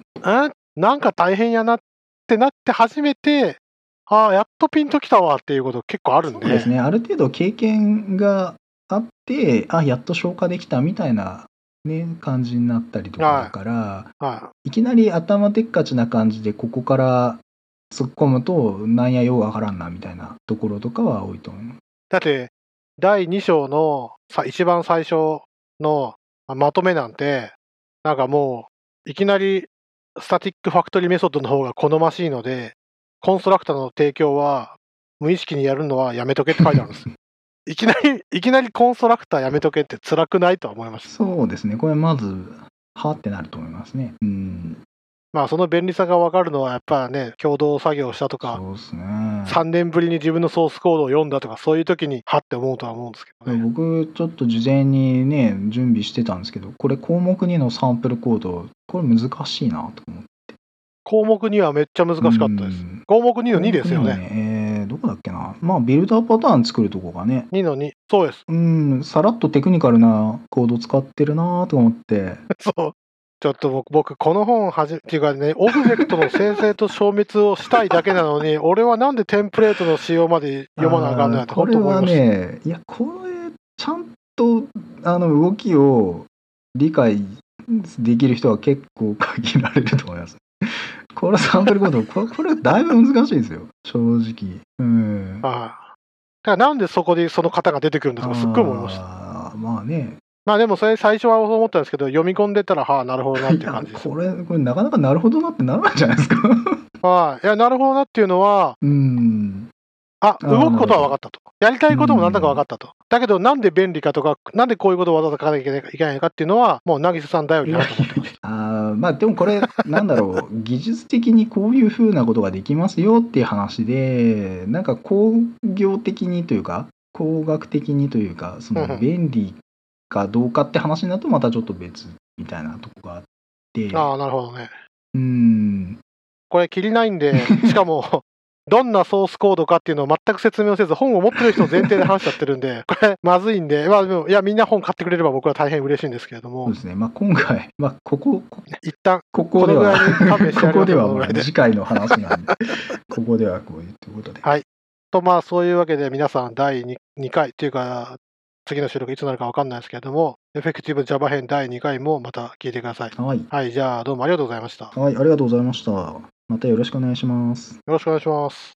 [SPEAKER 1] なんか大変やなってなって初めて、ああ、やっとピンときたわっていうこと結構あるん
[SPEAKER 2] そ
[SPEAKER 1] で。
[SPEAKER 2] うですねある程度経験があってあやっと消化できたみたいな、ね、感じになったりとかだから、、
[SPEAKER 1] はい
[SPEAKER 2] きなり頭でっかちな感じでここから突っ込むとなんやようわからんなみたいなところとかは多いと思います。
[SPEAKER 1] い、だって、第2章のさ一番最初のまあまとめなんて、なんかもう、いきなりスタティックファクトリーメソッドの方が好ましいので、コンストラクターの提供は無意識にやるのはやめとけって書いてあるん
[SPEAKER 2] <laughs>
[SPEAKER 1] ですよ。いきなり、いきなりコンストラクターやめとけって辛くないとは思いました。
[SPEAKER 2] そうですねこれまずはってなると思いますね。うん、
[SPEAKER 1] まあ、その便利さが分かるのは、やっぱね、共同作業したとか、
[SPEAKER 2] そうですね。
[SPEAKER 1] 3年ぶりに自分のソースコードを読んだとか、そういう時に、はって思うとは思うんですけどね。
[SPEAKER 2] 僕ちょっと事前にね準備してたんですけどこれ項目2のサンプルコードこれ難しいなと思って
[SPEAKER 1] 項目2はめっちゃ難しかったです
[SPEAKER 2] う。ん
[SPEAKER 1] 項目2の2ですよね。
[SPEAKER 2] 項目二えーどこだっけなまあビルダーパターン作るとこがね
[SPEAKER 1] 2の2。そうです。
[SPEAKER 2] うんさらっとテクニカルなコード使ってるなと思って
[SPEAKER 1] <laughs> そう。ちょっと僕、僕この本はじ、っていうかね、オブジェクトの生成と消滅をしたいだけなの <laughs> に、俺はなんでテンプレートの仕様まで読まなあかんのや
[SPEAKER 2] あー
[SPEAKER 1] と、
[SPEAKER 2] こ
[SPEAKER 1] 本
[SPEAKER 2] れ
[SPEAKER 1] 当思い
[SPEAKER 2] は
[SPEAKER 1] ました。
[SPEAKER 2] ねいやこれちゃんとあの動きを理解できる人は結構限られると思います <laughs> これサンプルコードこれこれだいぶ難しいですよ正直う
[SPEAKER 1] は
[SPEAKER 2] ん
[SPEAKER 1] い。だからなんでそこでその方が出てくるんだとか、すっごい思いました。
[SPEAKER 2] たまあね
[SPEAKER 1] まあでも、それ最初はそう思ったんですけど、読み込んでたら、はあ、なるほどなってい
[SPEAKER 2] いうや
[SPEAKER 1] 感じです。
[SPEAKER 2] これこれなかなかなるほどなってならないじゃないですか <laughs>
[SPEAKER 1] はい。いや、なるほどなっていうのは、
[SPEAKER 2] うん
[SPEAKER 1] あ、
[SPEAKER 2] ー
[SPEAKER 1] 動くことは分かったと。やりたいこともなんだか分かったと。だけど、なんで便利かとか、なんでこういうことをわざわざ書かなきゃいけないかっていうのは、もう、渚さん頼りになると思ってました。
[SPEAKER 2] あーまあでもこれ <laughs> なんだろう技術的にこういうふうなことができますよっていう話でなんか工業的にというか工学的にというかそ
[SPEAKER 1] うんう
[SPEAKER 2] の
[SPEAKER 1] ん
[SPEAKER 2] 便利かどうかって話になるとまたちょっと別みたいなとこがあって
[SPEAKER 1] ああ、なるほどね。
[SPEAKER 2] うん
[SPEAKER 1] これ、切りないん
[SPEAKER 2] <laughs>
[SPEAKER 1] で、しかも、どんなソースコードかっていうのを全く説明をせず、本を持ってる人を前提で話しちゃってるんで、これ、まずいんで、まあ、でもいや、みんな本買ってくれれば僕は大変嬉しいんですけれど
[SPEAKER 2] そう
[SPEAKER 1] も
[SPEAKER 2] で、すねまあ今回、まあ、こここ
[SPEAKER 1] 一旦、
[SPEAKER 2] ここでは
[SPEAKER 1] このぐらいに勘弁してや
[SPEAKER 2] こ
[SPEAKER 1] りまし
[SPEAKER 2] こで
[SPEAKER 1] ょう
[SPEAKER 2] はも
[SPEAKER 1] このぐ
[SPEAKER 2] う
[SPEAKER 1] らいで
[SPEAKER 2] 次回の話なんでここではこういうということで
[SPEAKER 1] はいと、まあ、そういうわけで皆さん、第 2, 2回っていうか、次の収録いつになるか分かんないですけれども、エフェクティブ Java 編第2回もまた聞いてください。
[SPEAKER 2] はい、
[SPEAKER 1] はい、じゃあ、どうもありがとうございました。よ
[SPEAKER 2] はい、ありがとうございましたまたよろしくお願いします
[SPEAKER 1] ろしくお願いします。